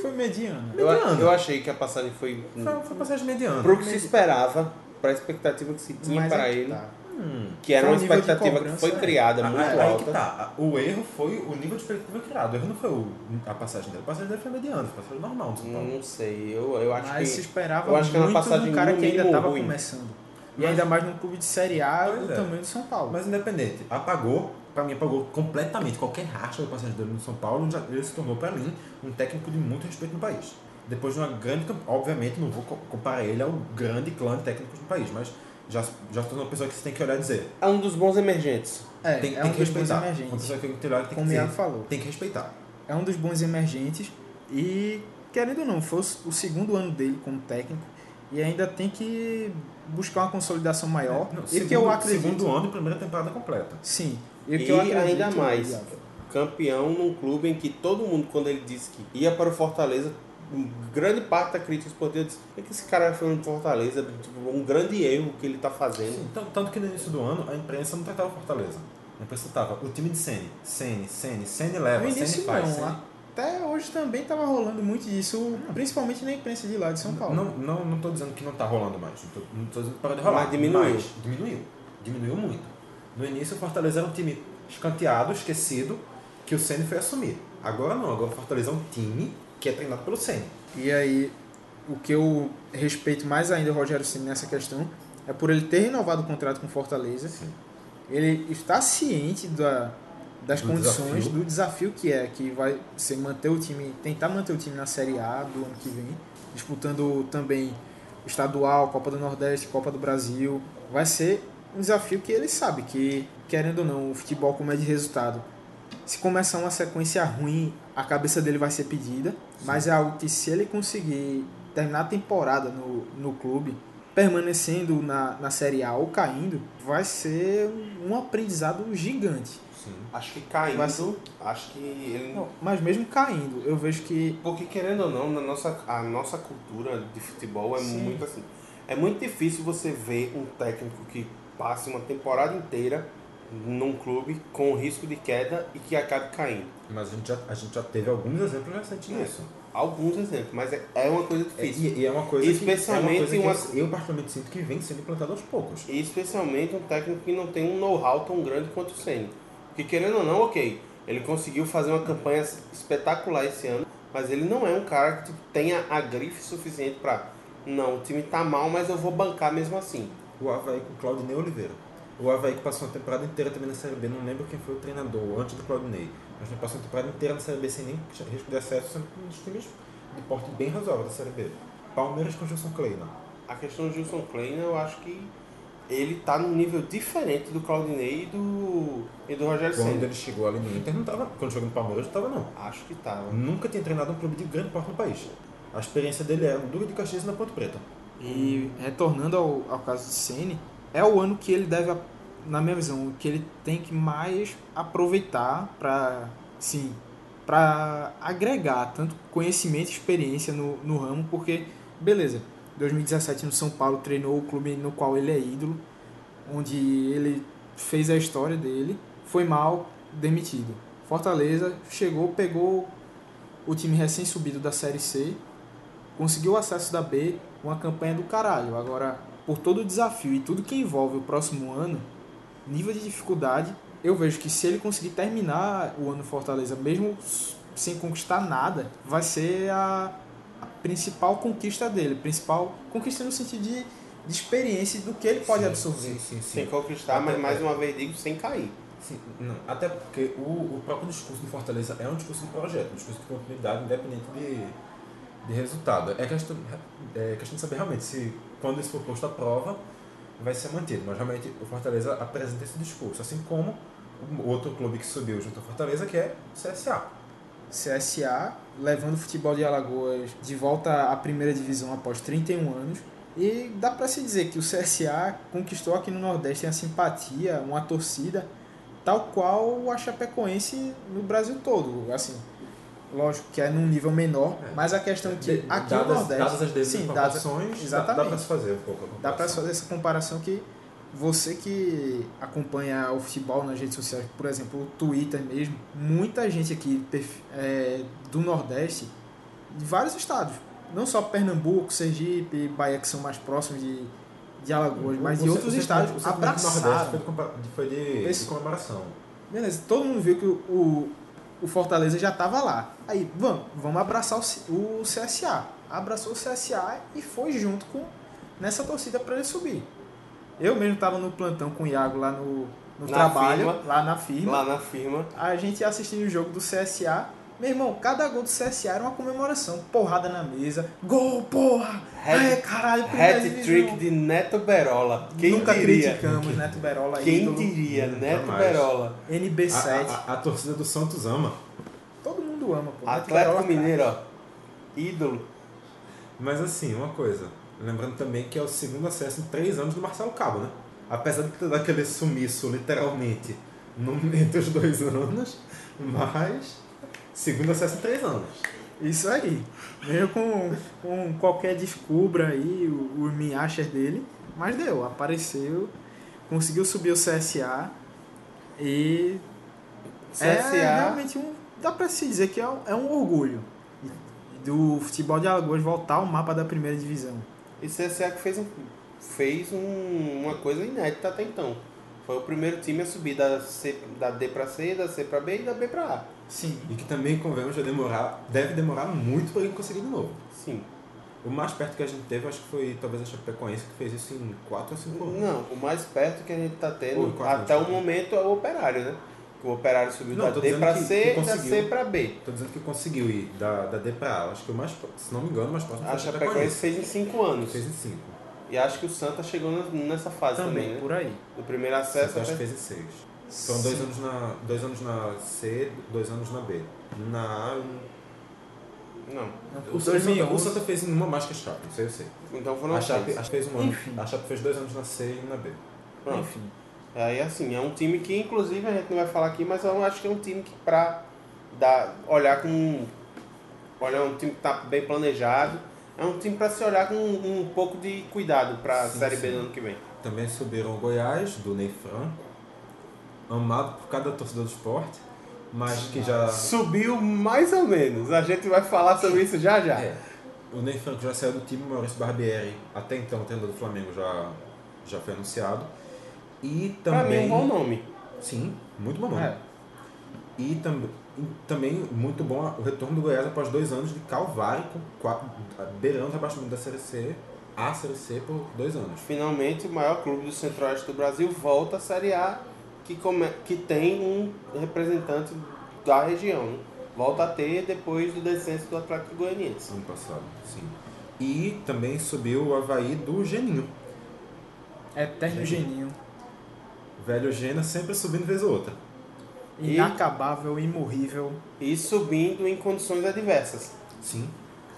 Speaker 6: Foi mediano.
Speaker 8: Eu,
Speaker 7: Mediano.
Speaker 8: eu achei que a passagem foi.
Speaker 7: foi, foi uma passagem mediana.
Speaker 8: Pro que se esperava, pra expectativa que se tinha
Speaker 6: Mas
Speaker 8: para
Speaker 6: é que
Speaker 8: ele.
Speaker 6: tá.
Speaker 8: Que era
Speaker 6: Foi
Speaker 8: uma
Speaker 6: um nível de
Speaker 8: expectativa que
Speaker 6: cobrança,
Speaker 8: foi
Speaker 6: né?
Speaker 8: criada
Speaker 7: Ah,
Speaker 8: muito
Speaker 7: aí, aí que
Speaker 8: alta.
Speaker 7: tá. O erro foi o nível de expectativa criado. O erro não foi o- a passagem dele. A passagem dele foi mediana, foi uma passagem normal. do São Paulo.
Speaker 8: Não sei, eu, eu acho
Speaker 6: Mas se
Speaker 8: que.
Speaker 6: esperava
Speaker 8: eu acho que era uma
Speaker 6: muito
Speaker 8: passagem
Speaker 6: de um cara
Speaker 8: no
Speaker 6: que ainda
Speaker 8: mínimo
Speaker 6: estava
Speaker 8: ruim.
Speaker 6: começando. E
Speaker 7: Mas-
Speaker 6: ainda mais num clube de Série A
Speaker 7: Pois
Speaker 6: do
Speaker 7: é.
Speaker 6: tamanho do São Paulo.
Speaker 7: Mas independente, apagou, pra mim apagou completamente qualquer racha da passagem dele no São Paulo, já- ele se tornou pra mim um técnico de muito respeito no país. Depois de uma grande, camp- obviamente não vou co- comparar ele ao grande clã de técnicos do país, mas já, já se tornou uma pessoa que você tem que olhar e dizer,
Speaker 8: É um dos bons emergentes.
Speaker 6: é,
Speaker 7: tem,
Speaker 6: é
Speaker 7: tem
Speaker 6: um
Speaker 7: que
Speaker 6: dos bons
Speaker 7: respeitar. Uma
Speaker 6: emergentes.
Speaker 7: pessoa que tem que olhar e tem que
Speaker 6: Como o Iago
Speaker 7: dizer,
Speaker 6: falou.
Speaker 7: tem que respeitar.
Speaker 6: É um dos bons emergentes. E, querendo ou não, foi o s- o segundo ano dele como técnico. E ainda tem que buscar uma consolidação maior.
Speaker 7: Não,
Speaker 6: e
Speaker 7: segundo,
Speaker 6: que eu acredito.
Speaker 7: segundo ano e primeira temporada completa.
Speaker 6: Sim.
Speaker 8: E,
Speaker 6: que eu acredito, né?
Speaker 8: ainda mais,
Speaker 6: Iago.
Speaker 8: campeão num clube em que todo mundo, quando ele disse que ia para o Fortaleza, um grande parte da crítica esportiva disse "Por que esse cara foi no Fortaleza, tipo, um grande erro que ele tá fazendo.
Speaker 7: Sim, tan- tanto que no início do ano a imprensa não tratava o Fortaleza. A imprensa tava o time de Sene, Sene, Sene, Sene leva,
Speaker 6: No
Speaker 7: Sene
Speaker 6: início
Speaker 7: faz,
Speaker 6: não,
Speaker 7: Sene-
Speaker 6: até hoje também tava rolando muito isso, principalmente na imprensa de lá de São Paulo.
Speaker 7: Não, não, não tô dizendo que não tá rolando mais. Não tô, não tô dizendo que parou de rolar.
Speaker 8: Mas diminuiu.
Speaker 7: mas diminuiu. Diminuiu muito. No início, o Fortaleza era um time escanteado, esquecido, que o Ceni foi assumir. Agora não. Agora o Fortaleza é um time que é treinado pelo Ceni.
Speaker 6: E aí, o que eu respeito mais ainda o Rogério Ceni nessa questão é por ele ter renovado o contrato com o Fortaleza. Ele está ciente da, das
Speaker 7: Do
Speaker 6: condições,
Speaker 7: desafio.
Speaker 6: do desafio que é, que vai ser manter o time, tentar manter o time na Série A do ano que vem, disputando também estadual, Copa do Nordeste, Copa do Brasil. Vai ser um desafio que ele sabe que, querendo ou não, o futebol como é de resultado. Se começar uma sequência ruim, a cabeça dele vai ser pedida, mas é algo que se ele conseguir terminar a temporada no, no clube, permanecendo na, na Série A ou caindo, vai ser um aprendizado gigante.
Speaker 8: Acho que caindo,
Speaker 6: Mas-
Speaker 8: acho que ele
Speaker 6: Não, Mas mesmo caindo, eu vejo que
Speaker 8: Porque querendo ou não, na nossa, a nossa cultura de futebol é
Speaker 6: Sim.
Speaker 8: muito assim. É muito difícil você ver um técnico que passe uma temporada inteira num clube com risco de queda e que acabe caindo.
Speaker 7: Mas a gente já, a gente já teve alguns exemplos recentes
Speaker 8: É.
Speaker 7: disso.
Speaker 8: Alguns exemplos, mas é, é uma coisa
Speaker 7: É,
Speaker 8: difícil.
Speaker 7: e, e é uma coisa
Speaker 8: Especialmente
Speaker 7: que, é uma coisa
Speaker 8: uma-
Speaker 7: que eu, eu particularmente sinto que vem sendo implantado aos poucos.
Speaker 8: E especialmente um técnico que não tem um know-how tão grande quanto o Senna. Porque querendo ou não, ok, ele conseguiu fazer uma campanha espetacular esse ano, mas ele não é um cara que tipo, tenha a grife suficiente pra. Não, o time tá mal, mas eu vou bancar mesmo assim.
Speaker 7: O Havaí com o Claudinei Oliveira. O Havaí que passou uma temporada inteira também na Série B, não lembro quem foi o treinador antes do Claudinei. Mas passou uma temporada inteira na Série B sem nem risco de acesso, sendo um dos times de porte bem razoável da Série B. Palmeiras com Gilson Kleina.
Speaker 8: A questão do Gilson Klein, eu acho que ele tá num nível diferente do Claudinei e do, e do Rogério
Speaker 7: Quando
Speaker 8: Senna.
Speaker 7: ele chegou ali no Inter, não tava. Quando chegou no Palmeiras, não tava não.
Speaker 8: Acho que tava.
Speaker 7: Nunca tinha treinado um clube de grande porte no país. A experiência dele era no Duque de Caxias e na Ponte Preta.
Speaker 6: E retornando ao, ao caso do Ceni, é o ano que ele deve, na minha visão, que ele tem que mais aproveitar para, sim, para agregar tanto conhecimento e experiência no, no ramo, porque, beleza, 2017 no São Paulo treinou o clube no qual ele é ídolo, onde ele fez a história dele, foi mal, demitido. Fortaleza chegou, pegou o time recém-subido da Série C, conseguiu o acesso da B, uma campanha do caralho. Agora, por todo o desafio e tudo que envolve o próximo ano, nível de dificuldade, eu vejo que se ele conseguir terminar o ano Fortaleza, mesmo s- sem conquistar nada, vai ser a, a principal conquista dele. Principal conquista no sentido de, de experiência e do que ele pode absorver.
Speaker 7: sim,
Speaker 8: Sem conquistar, mas
Speaker 7: Até-
Speaker 8: mais uma vez digo, sem cair.
Speaker 7: Sim, não. Até porque o, o próprio discurso do Fortaleza é um discurso de projeto, um discurso de continuidade independente de, de resultado. É questão, é questão de saber realmente se, quando isso for posto à prova, vai ser mantido. Mas realmente o Fortaleza apresenta esse discurso, assim como o outro clube que subiu junto ao Fortaleza, que é o CSA.
Speaker 6: CSA, levando o futebol de Alagoas de volta à primeira divisão após 31 anos. E dá para se dizer que o CSA conquistou aqui no Nordeste a simpatia, uma torcida, tal qual a Chapecoense no Brasil todo. Assim, lógico que é num nível menor, mas a questão é que aqui
Speaker 7: dadas,
Speaker 6: no Nordeste.
Speaker 7: dadas as devidas
Speaker 6: sim, dadas-
Speaker 7: proporções,
Speaker 6: exatamente.
Speaker 7: dá, dá pra se fazer um pouco. a
Speaker 6: Dá pra
Speaker 7: comparação.
Speaker 6: fazer essa comparação que você que acompanha o futebol nas redes sociais, por exemplo, o Twitter mesmo, muita gente aqui perf- é, do Nordeste, de vários estados, não só Pernambuco, Sergipe, Bahia, que são mais próximos de, de Alagoas, mas
Speaker 7: O
Speaker 6: de outros
Speaker 7: centro- o
Speaker 6: estados,
Speaker 7: centro do Nordeste foi
Speaker 6: abraçaram.
Speaker 7: de compa- Foi de, de
Speaker 6: Esse-
Speaker 7: comemoração.
Speaker 6: Beleza, todo mundo viu que o, o, o Fortaleza já tava lá. Aí, vamos, vamos abraçar o, C- o CSA. Abraçou o CSA e foi junto com nessa torcida para ele subir. Eu mesmo tava no plantão com o Iago lá no, no
Speaker 8: Na
Speaker 6: trabalho,
Speaker 8: firma.
Speaker 6: lá na firma.
Speaker 8: Lá na firma.
Speaker 6: A gente assistindo o jogo do CSA. Meu irmão, cada gol do CSA era uma comemoração. Porrada na mesa. Gol, porra!
Speaker 8: Hat-
Speaker 6: Ai, caralho, primeira
Speaker 8: Hat-trick
Speaker 6: divisão.
Speaker 8: de Neto Berola. Quem
Speaker 6: Nunca
Speaker 8: diria?
Speaker 6: criticamos né, Neto Berola aí.
Speaker 8: Quem diria? né, Neto
Speaker 7: Jamais.
Speaker 8: Berola.
Speaker 7: A,
Speaker 6: NB7.
Speaker 7: a- a- a torcida do Santos ama.
Speaker 6: Todo mundo ama, pô. Neto Berola,
Speaker 8: Atlético
Speaker 6: cara.
Speaker 8: Mineiro, ó. Ídolo.
Speaker 7: Mas assim, uma coisa. Lembrando também que é o segundo acesso em três anos do Marcelo Cabo, né? Apesar de ter dado aquele sumiço, literalmente, no, entre os dois anos, mas segundo acesso em três anos.
Speaker 6: Isso aí. Veio com, com qualquer descubra aí, o, o Minhacher dele. Mas deu, apareceu, conseguiu subir o CSA. E
Speaker 8: CSA.
Speaker 6: é realmente um. Dá pra se dizer que é um, é um orgulho do futebol de Alagoas voltar ao mapa da primeira divisão.
Speaker 8: E CSA que fez, um, fez um- uma coisa inédita até então. Foi o primeiro time a subir da, C, da D pra C, da C pra B e da B pra A.
Speaker 6: Sim.
Speaker 7: E que também, convenhamos, vai demorar, deve demorar muito para ele conseguir de novo.
Speaker 8: Sim.
Speaker 7: O mais perto que a gente teve, acho que foi talvez a Chapecoense, que fez isso em 4 ou 5 anos.
Speaker 8: Não, o mais perto que a gente tá tendo
Speaker 7: Oi, quase
Speaker 8: até
Speaker 7: não,
Speaker 8: o momento é o Operário, né? Que o Operário subiu
Speaker 7: Não,
Speaker 8: da
Speaker 7: tô
Speaker 8: D
Speaker 7: dizendo
Speaker 8: pra
Speaker 7: que-
Speaker 8: C
Speaker 7: que
Speaker 8: e da
Speaker 7: conseguiu.
Speaker 8: C pra B.
Speaker 7: Tô dizendo que conseguiu ir da, da D pra A. Acho que o mais, pro- se não me engano, o mais próximo foi
Speaker 8: A Chapecoense fez em 5 anos.
Speaker 7: Fez em 5.
Speaker 8: E acho que o Santa chegou na- nessa fase também,
Speaker 6: Também,
Speaker 8: né?
Speaker 6: por aí.
Speaker 8: Do primeiro acesso
Speaker 7: Acho
Speaker 8: até...
Speaker 7: que fez em 6. Foram Então, dois anos, na, dois anos na C, dois anos na B. Na A, um-
Speaker 8: Não.
Speaker 7: o,
Speaker 6: O
Speaker 7: Santa,
Speaker 6: 2011.
Speaker 7: o Santa fez em uma mais que a Chape, isso aí eu sei.
Speaker 8: Então foram
Speaker 7: A Chape,
Speaker 8: seis.
Speaker 7: a Chape fez um ano.
Speaker 6: Enfim.
Speaker 7: A Chape fez dois anos na C e na B.
Speaker 8: Pronto.
Speaker 6: Enfim.
Speaker 8: Aí assim, é um time que inclusive a gente não vai falar aqui, mas eu acho que é um time que pra dar, olhar com. Olhar é um time que tá bem planejado. É um time pra se olhar com um, pouco de cuidado pra
Speaker 7: Sim,
Speaker 8: Série B
Speaker 7: sim.
Speaker 8: do ano que vem.
Speaker 7: Também subiram o Goiás, do Ney Franco, amado por cada torcedor do esporte, mas que já.
Speaker 8: Subiu mais ou menos. A gente vai falar sobre isso já já.
Speaker 7: É, o Ney Franco já saiu do time, o Maurício Barbieri, até então, treinador do Flamengo, já, já foi anunciado. E
Speaker 8: Pra mim é
Speaker 7: também.
Speaker 8: um bom nome.
Speaker 7: Sim, muito bom nome.
Speaker 6: É.
Speaker 7: E tam, e também muito bom o retorno do Goiás após dois anos de calvário, com quatro, beirando o rebaixamento da Série C, a Série C por dois anos.
Speaker 8: Finalmente o maior clube do centro-oeste do Brasil volta à Série A, que, come... que tem um representante da região. né? Volta a ter depois do descenso do Atlético Goianiense.
Speaker 7: Ano passado, sim. E também subiu o Havaí do Geninho.
Speaker 6: Eterno geninho.
Speaker 7: Velho Gena sempre subindo vez ou outra.
Speaker 8: E-
Speaker 6: Inacabável, imorrível.
Speaker 8: e subindo em condições adversas.
Speaker 7: Sim.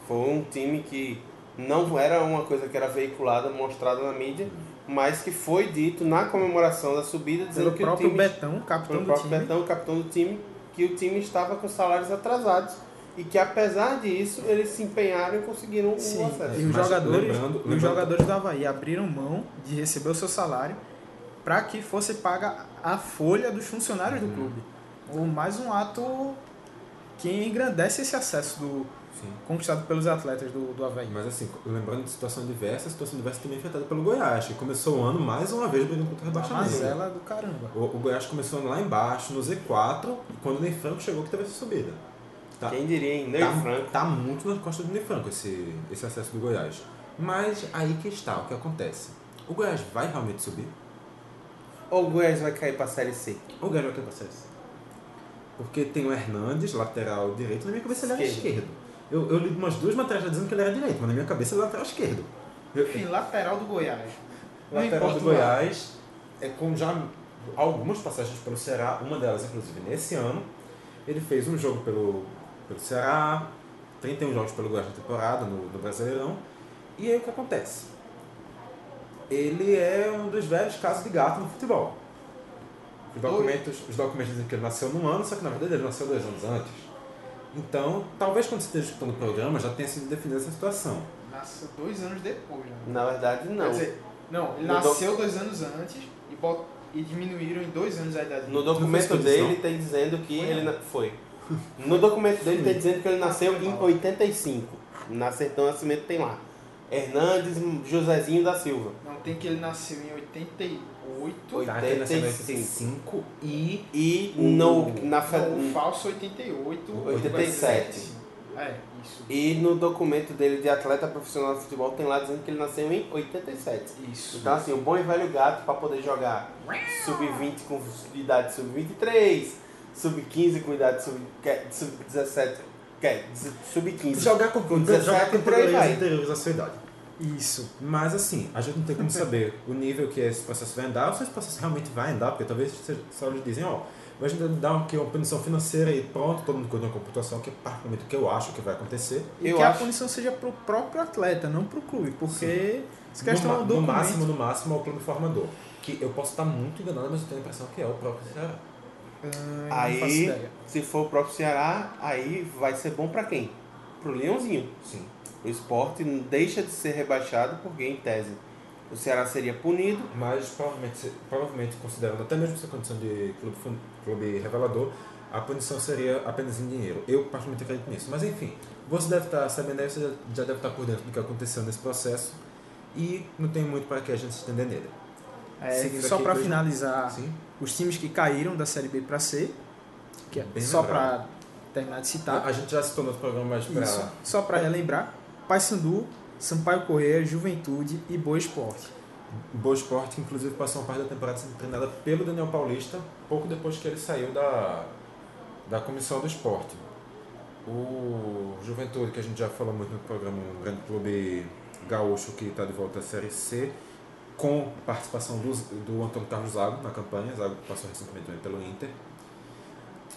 Speaker 8: Foi um time que não era uma coisa que era veiculada, mostrada na mídia, mas que foi dito na comemoração da subida, dizendo
Speaker 6: Pelo
Speaker 8: é que o
Speaker 6: próprio
Speaker 8: time,
Speaker 6: Betão, capitão
Speaker 8: pelo
Speaker 6: do
Speaker 8: próprio
Speaker 6: time.
Speaker 8: Betão, capitão do time, que o time estava com salários atrasados e que apesar disso eles se empenharam e conseguiram
Speaker 6: Sim,
Speaker 8: o acesso.
Speaker 6: e os
Speaker 7: Mas
Speaker 6: jogadores,
Speaker 7: lembrando-
Speaker 6: e
Speaker 7: lembrando-
Speaker 6: os jogadores do Havaí abriram mão de receber o seu salário para que fosse paga a folha dos funcionários
Speaker 8: Uhum.
Speaker 6: do clube. Ou mais um ato que engrandece esse acesso do,
Speaker 7: Sim.
Speaker 6: conquistado pelos atletas do, do Havaí.
Speaker 7: Mas assim, lembrando de situação diversa, a situação diversa também enfrentada pelo Goiás, que começou o ano mais uma vez brigando contra o rebaixamento.
Speaker 6: Mazela do caramba.
Speaker 7: O, o Goiás começou lá embaixo, no Z4, quando o Ney Franco chegou que teve essa subida. Tá,
Speaker 8: Quem diria, hein? Ney
Speaker 7: tá,
Speaker 8: Franco.
Speaker 7: tá muito nas costas do Ney Franco esse, esse acesso do Goiás. Mas aí que está, o que acontece? O Goiás vai realmente subir?
Speaker 8: Ou o Goiás vai cair para a Série C?
Speaker 7: Ou o Goiás vai ter um acesso? Porque tem o Hernandes, lateral direito, na minha cabeça ele era
Speaker 8: Esquerdo.
Speaker 7: esquerdo. Eu, eu li umas duas matérias dizendo que ele era direito, mas na minha cabeça ele era lateral esquerdo. Eu-
Speaker 6: Enfim, lateral do Goiás. Não
Speaker 7: lateral
Speaker 6: importa
Speaker 7: do
Speaker 6: o lado.
Speaker 7: Goiás, é com já algumas passagens pelo Ceará, uma delas inclusive nesse ano. Ele fez um jogo pelo, pelo um Ceará, 31 jogos pelo Goiás na temporada, no, no Brasileirão. E aí o que acontece? ele é um dos velhos casos de gato no futebol. Os
Speaker 8: Dois.
Speaker 7: documentos, os documentos dizem que ele nasceu num ano, só que na verdade ele nasceu dois anos antes. Então, talvez quando você esteja escutando o programa já tenha sido definida essa situação.
Speaker 6: Nasceu dois anos depois, né?
Speaker 8: Na verdade, não.
Speaker 6: Quer dizer, não, ele
Speaker 8: No doc-
Speaker 6: nasceu dois anos antes e, bot- e diminuíram em dois anos a idade
Speaker 8: No
Speaker 6: dele.
Speaker 8: documento
Speaker 7: Não foi
Speaker 8: dele tá dizendo que
Speaker 6: Foi,
Speaker 8: ele
Speaker 6: não.
Speaker 8: na- foi. No documento dele tá dizendo que ele nasceu em
Speaker 6: Não.
Speaker 8: 85. Na Sertão Nascimento tem lá. Hernandes Josézinho da Silva.
Speaker 6: Não, tem que ele nasceu em 88.
Speaker 8: Oito.
Speaker 7: Tá, que ele nasceu em
Speaker 8: 85.
Speaker 7: 85 e
Speaker 8: E
Speaker 7: O-
Speaker 8: no, na, fe-
Speaker 6: Não, o falso 88.
Speaker 8: 87.
Speaker 6: É, isso.
Speaker 8: e no documento dele de atleta profissional de futebol tem lá dizendo que ele nasceu em 87.
Speaker 6: Isso.
Speaker 8: Então assim, o bom e velho gato para poder jogar sub-20 com idade sub-23, sub-15 com idade sub- que- sub-17, que- sub-15.
Speaker 7: jogar com,
Speaker 8: com 17
Speaker 7: jogar com
Speaker 8: por aí
Speaker 7: categorias
Speaker 8: vai.
Speaker 7: anteriores à sua idade.
Speaker 6: Isso.
Speaker 7: Mas assim, a gente não tem como saber o nível que esse processo vai andar, ou se esse processo realmente vai andar, porque talvez se- só eles dizem, ó, vai dar aqui um uma punição financeira e pronto, todo mundo cuida da computação, que é particularmente o que eu acho que vai acontecer.
Speaker 6: E
Speaker 8: Eu
Speaker 6: que
Speaker 8: acho-
Speaker 6: a punição seja pro próprio atleta, não pro clube. Porque se questão
Speaker 7: no, ma-
Speaker 6: do
Speaker 7: no máximo, no máximo, é o clube formador. Que eu posso estar muito enganado, mas eu tenho a impressão que é o próprio Ceará.
Speaker 8: Aí, se for o próprio Ceará, aí vai ser bom pra quem? Pro Leãozinho.
Speaker 7: Sim.
Speaker 8: O esporte não deixa de ser rebaixado porque, em tese, o Ceará seria punido.
Speaker 7: Mas provavelmente, se- provavelmente considerando até mesmo essa condição de clube, fun- clube revelador, a punição seria apenas em dinheiro. Eu particularmente acredito nisso. Mas enfim, você deve estar sabendo aí, você já- já deve estar por dentro do que aconteceu nesse processo. E não tem muito para que a gente se estender nele.
Speaker 6: É,
Speaker 7: Seguindo
Speaker 6: só
Speaker 7: aqui,
Speaker 6: pra
Speaker 7: dois-
Speaker 6: finalizar,
Speaker 7: Sim?
Speaker 6: os times que caíram da Série B pra C, que é
Speaker 7: Bem
Speaker 6: só
Speaker 7: lembrado.
Speaker 6: pra terminar de citar.
Speaker 7: A gente já citou no outro programa, mas para...
Speaker 6: Isso. Só pra relembrar, Paysandu, Sampaio Correia, Juventude e Boa Esporte.
Speaker 7: Boa Esporte, inclusive, passou uma parte da temporada sendo treinada pelo Daniel Paulista, pouco depois que ele saiu da, da comissão do esporte. O Juventude, que a gente já falou muito no programa, um grande clube gaúcho que está de volta à Série C, com participação do, do Antônio Carlos Zago na campanha, Zago que passou recentemente também pelo Inter.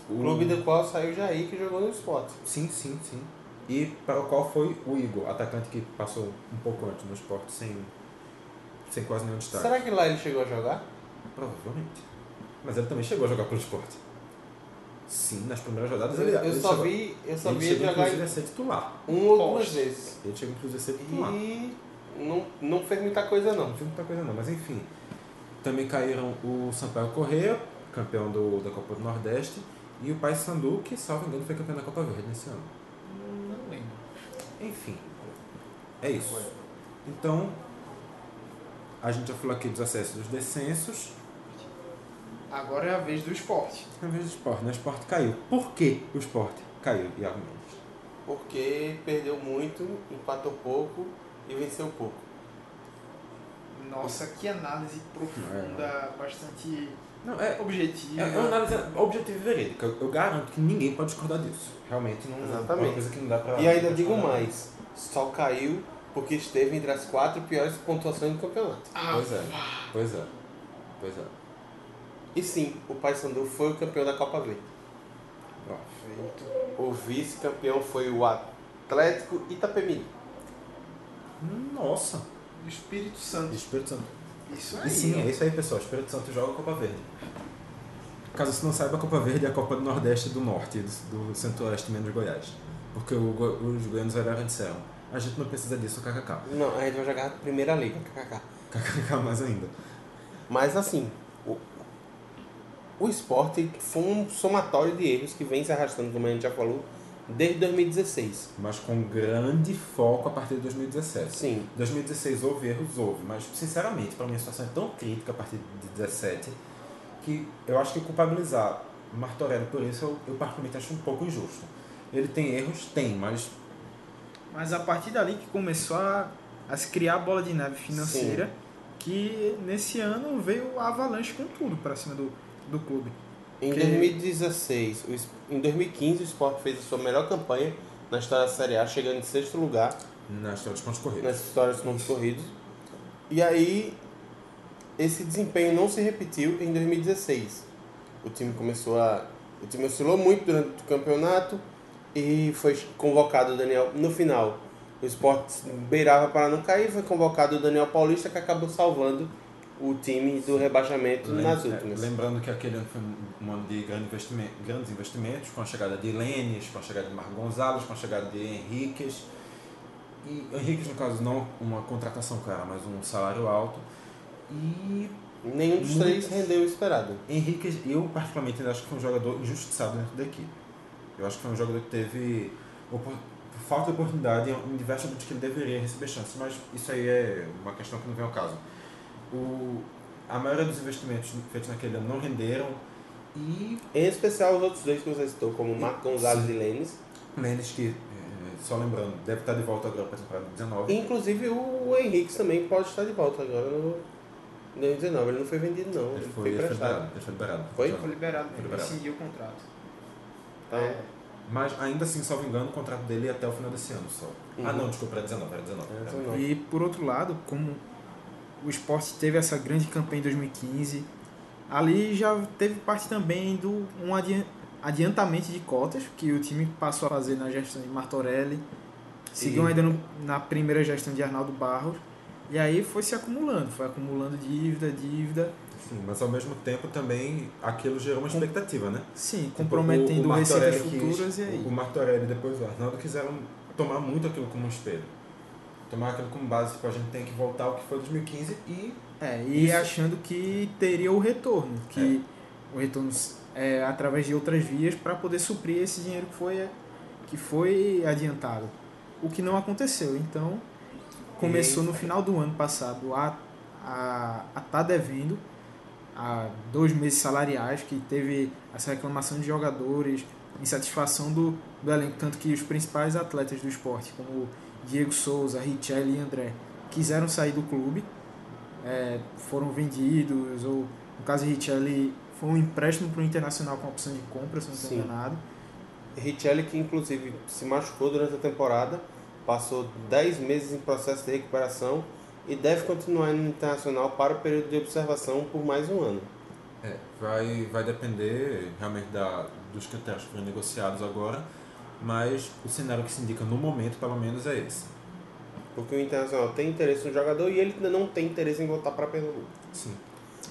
Speaker 8: O clube do qual saiu Jair, que jogou no esporte.
Speaker 7: Sim, sim, sim. E para o qual foi o Igor, atacante que passou um pouco antes no esporte, sem, sem quase nenhum destaque.
Speaker 8: Será que lá ele chegou a jogar?
Speaker 7: Provavelmente. Mas ele também chegou a jogar pelo esporte. Sim, nas primeiras rodadas
Speaker 8: Eu,
Speaker 7: ele
Speaker 8: eu
Speaker 7: ele
Speaker 8: só
Speaker 7: chegou-
Speaker 8: vi, eu só
Speaker 7: ele
Speaker 8: vi ele
Speaker 7: chegou
Speaker 8: jogar
Speaker 7: inclusive a ser titular.
Speaker 8: um ou duas
Speaker 6: Costa.
Speaker 8: vezes.
Speaker 7: Ele chegou inclusive a ser titular.
Speaker 8: E não, não fez muita coisa,
Speaker 7: Não,
Speaker 8: não.
Speaker 7: não fiz muita coisa não, mas enfim. Também caíram o Sampaio Correia, campeão do, da Copa do Nordeste, e o Paysandu, que, salvo engano, foi campeão da Copa Verde nesse ano.
Speaker 6: Hum, Não lembro.
Speaker 7: Enfim, é isso. Então, a gente já falou aqui dos acessos e dos descensos.
Speaker 6: Agora é a vez do esporte.
Speaker 7: Na vez do esporte, né? O esporte caiu. Por que o esporte caiu, Iago Mendes?
Speaker 8: Porque perdeu muito, empatou pouco e venceu pouco.
Speaker 6: Nossa, que análise profunda, bastante
Speaker 7: Não, é,
Speaker 6: objetiva.
Speaker 7: é uma análise objetiva e verídica. Eu garanto que ninguém pode discordar disso. Realmente não
Speaker 8: Exatamente.
Speaker 7: é uma coisa que não dá pra.
Speaker 8: E ainda
Speaker 7: pra
Speaker 8: digo
Speaker 7: discordar.
Speaker 8: mais, só caiu porque esteve entre as quatro piores pontuações do campeonato.
Speaker 6: Ah,
Speaker 7: Pois é. Pois é. Pois é.
Speaker 8: E sim, o Paysandu foi o campeão da Copa Verde.
Speaker 7: Ó,
Speaker 6: feito.
Speaker 8: O vice-campeão foi o Atlético Itapemirim.
Speaker 7: Nossa.
Speaker 6: Do Espírito Santo.
Speaker 7: Espírito Santo.
Speaker 6: Isso aí.
Speaker 7: E sim, é
Speaker 6: ó.
Speaker 7: isso aí, pessoal. Espírito Santo joga a Copa Verde. Caso você não saiba, a Copa Verde é a Copa do Nordeste e do Norte, do, do Centro-Oeste menos Goiás. Porque o go- os goianos olharam e disseram: a gente não precisa disso, kkk.
Speaker 8: Não, a gente vai jogar a primeira liga, kkk.
Speaker 7: Kkk mais ainda.
Speaker 8: Mas assim, o, o esporte foi um somatório de erros que vem se arrastando, como a gente já falou, desde 2016.
Speaker 7: Mas com grande foco a partir de 2017.
Speaker 8: Sim,
Speaker 7: 2016 houve erros, houve, mas sinceramente, para mim a situação é tão crítica a partir de 17 que eu acho que culpabilizar o Martorelli por isso eu, eu particularmente acho um pouco injusto. Ele tem erros? Tem, mas
Speaker 6: Mas a partir dali que começou a, a se criar a bola de neve financeira, que nesse ano veio a avalanche com tudo pra cima do, do clube.
Speaker 8: Em
Speaker 6: Que-
Speaker 8: 2016, o es- em 2015, o Sport fez a sua melhor campanha na história da Série A, chegando em sexto lugar
Speaker 7: na história dos pontos corridos.
Speaker 8: nas histórias dos pontos corridos. E aí, esse desempenho não se repetiu em 2016. O time começou a. O time oscilou muito durante o campeonato e foi convocado o Daniel. No final, O esporte beirava para não cair, foi convocado o Daniel Paulista, que acabou salvando o time do rebaixamento
Speaker 7: Lem-
Speaker 8: nas
Speaker 7: é,
Speaker 8: últimas.
Speaker 7: Lembrando que aquele ano foi um ano de grande investime- grandes investimentos, com a chegada de Lênis, com a chegada de Marco Gonzalez, com a chegada de Henriquez. E Henriquez, no caso, não uma contratação cara, mas um salário alto. E
Speaker 8: Nenhum dos três rendeu o esperado.
Speaker 7: Henriquez, eu particularmente ainda acho que foi um jogador injustiçado dentro da equipe. Eu acho que foi um jogador que teve opor- falta de oportunidade em diversos momentos que ele deveria receber chances, mas isso aí é uma questão que não vem ao caso. O, a maioria dos investimentos feitos naquele ano não renderam e
Speaker 8: Em especial os outros dois que você citou, como Marco Gonzalez e Lênis.
Speaker 7: Lênis, que, eh, só lembrando, deve estar de volta agora para a temporada 19.
Speaker 8: Inclusive o Henrique também pode estar de volta agora no 2019. Ele não foi vendido não,
Speaker 7: Ele
Speaker 8: ele
Speaker 7: foi,
Speaker 8: foi
Speaker 7: ele foi
Speaker 8: emprestado.
Speaker 7: liberado. Ele foi liberado.
Speaker 8: Foi?
Speaker 7: Já-
Speaker 6: Foi liberado,
Speaker 7: Foi liberado.
Speaker 6: rescindiu o contrato.
Speaker 8: Então,
Speaker 7: Mas ainda assim, salvo engano, o contrato dele é até o final desse ano só. Ah, não, desculpa, era 19, era 19.
Speaker 8: É,
Speaker 7: Era-
Speaker 8: 19.
Speaker 6: E por outro lado, como o esporte teve essa grande campanha em 2015, ali já teve parte também do um adian- adiantamento de cotas que o time passou a fazer na gestão de Martorelli, seguiu ainda no- na primeira gestão de Arnaldo Barros, e aí foi se acumulando, foi acumulando dívida, dívida,
Speaker 7: Sim, mas ao mesmo tempo também aquilo gerou uma expectativa, né?
Speaker 6: sim,
Speaker 7: Tipo,
Speaker 6: comprometendo receitas
Speaker 7: Martorelli
Speaker 6: futuras
Speaker 7: quis-
Speaker 6: e aí.
Speaker 7: O Martorelli e depois o Arnaldo quiseram tomar muito aquilo como um espelho. Tomar aquilo como base, tipo, a gente tem que voltar ao que foi 2015 e
Speaker 6: É, e
Speaker 7: Isso.
Speaker 6: achando que teria o retorno, que o retorno é através de outras vias para poder suprir esse dinheiro que foi, é, que foi adiantado. O que não aconteceu. Então, começou no final do ano passado a a estar devendo a dois meses salariais, que teve essa reclamação de jogadores, insatisfação do, do elenco, tanto que os principais atletas do esporte, como Diego Souza, Richel e André, quiseram sair do clube, é, foram vendidos, ou no caso de Richel, foi um empréstimo para o Internacional com opção de compra, se não estou
Speaker 8: Sim.
Speaker 6: enganado.
Speaker 8: Richelli, que inclusive se machucou durante a temporada, passou 10 meses em processo de recuperação e deve continuar no Internacional para o período de observação por mais um ano.
Speaker 7: É, vai, vai depender realmente da, dos critérios que foram negociados agora, mas o cenário que se indica no momento, pelo menos, é esse.
Speaker 8: Porque o Internacional tem interesse no jogador e ele ainda não tem interesse em voltar para Pernambuco.
Speaker 7: Sim.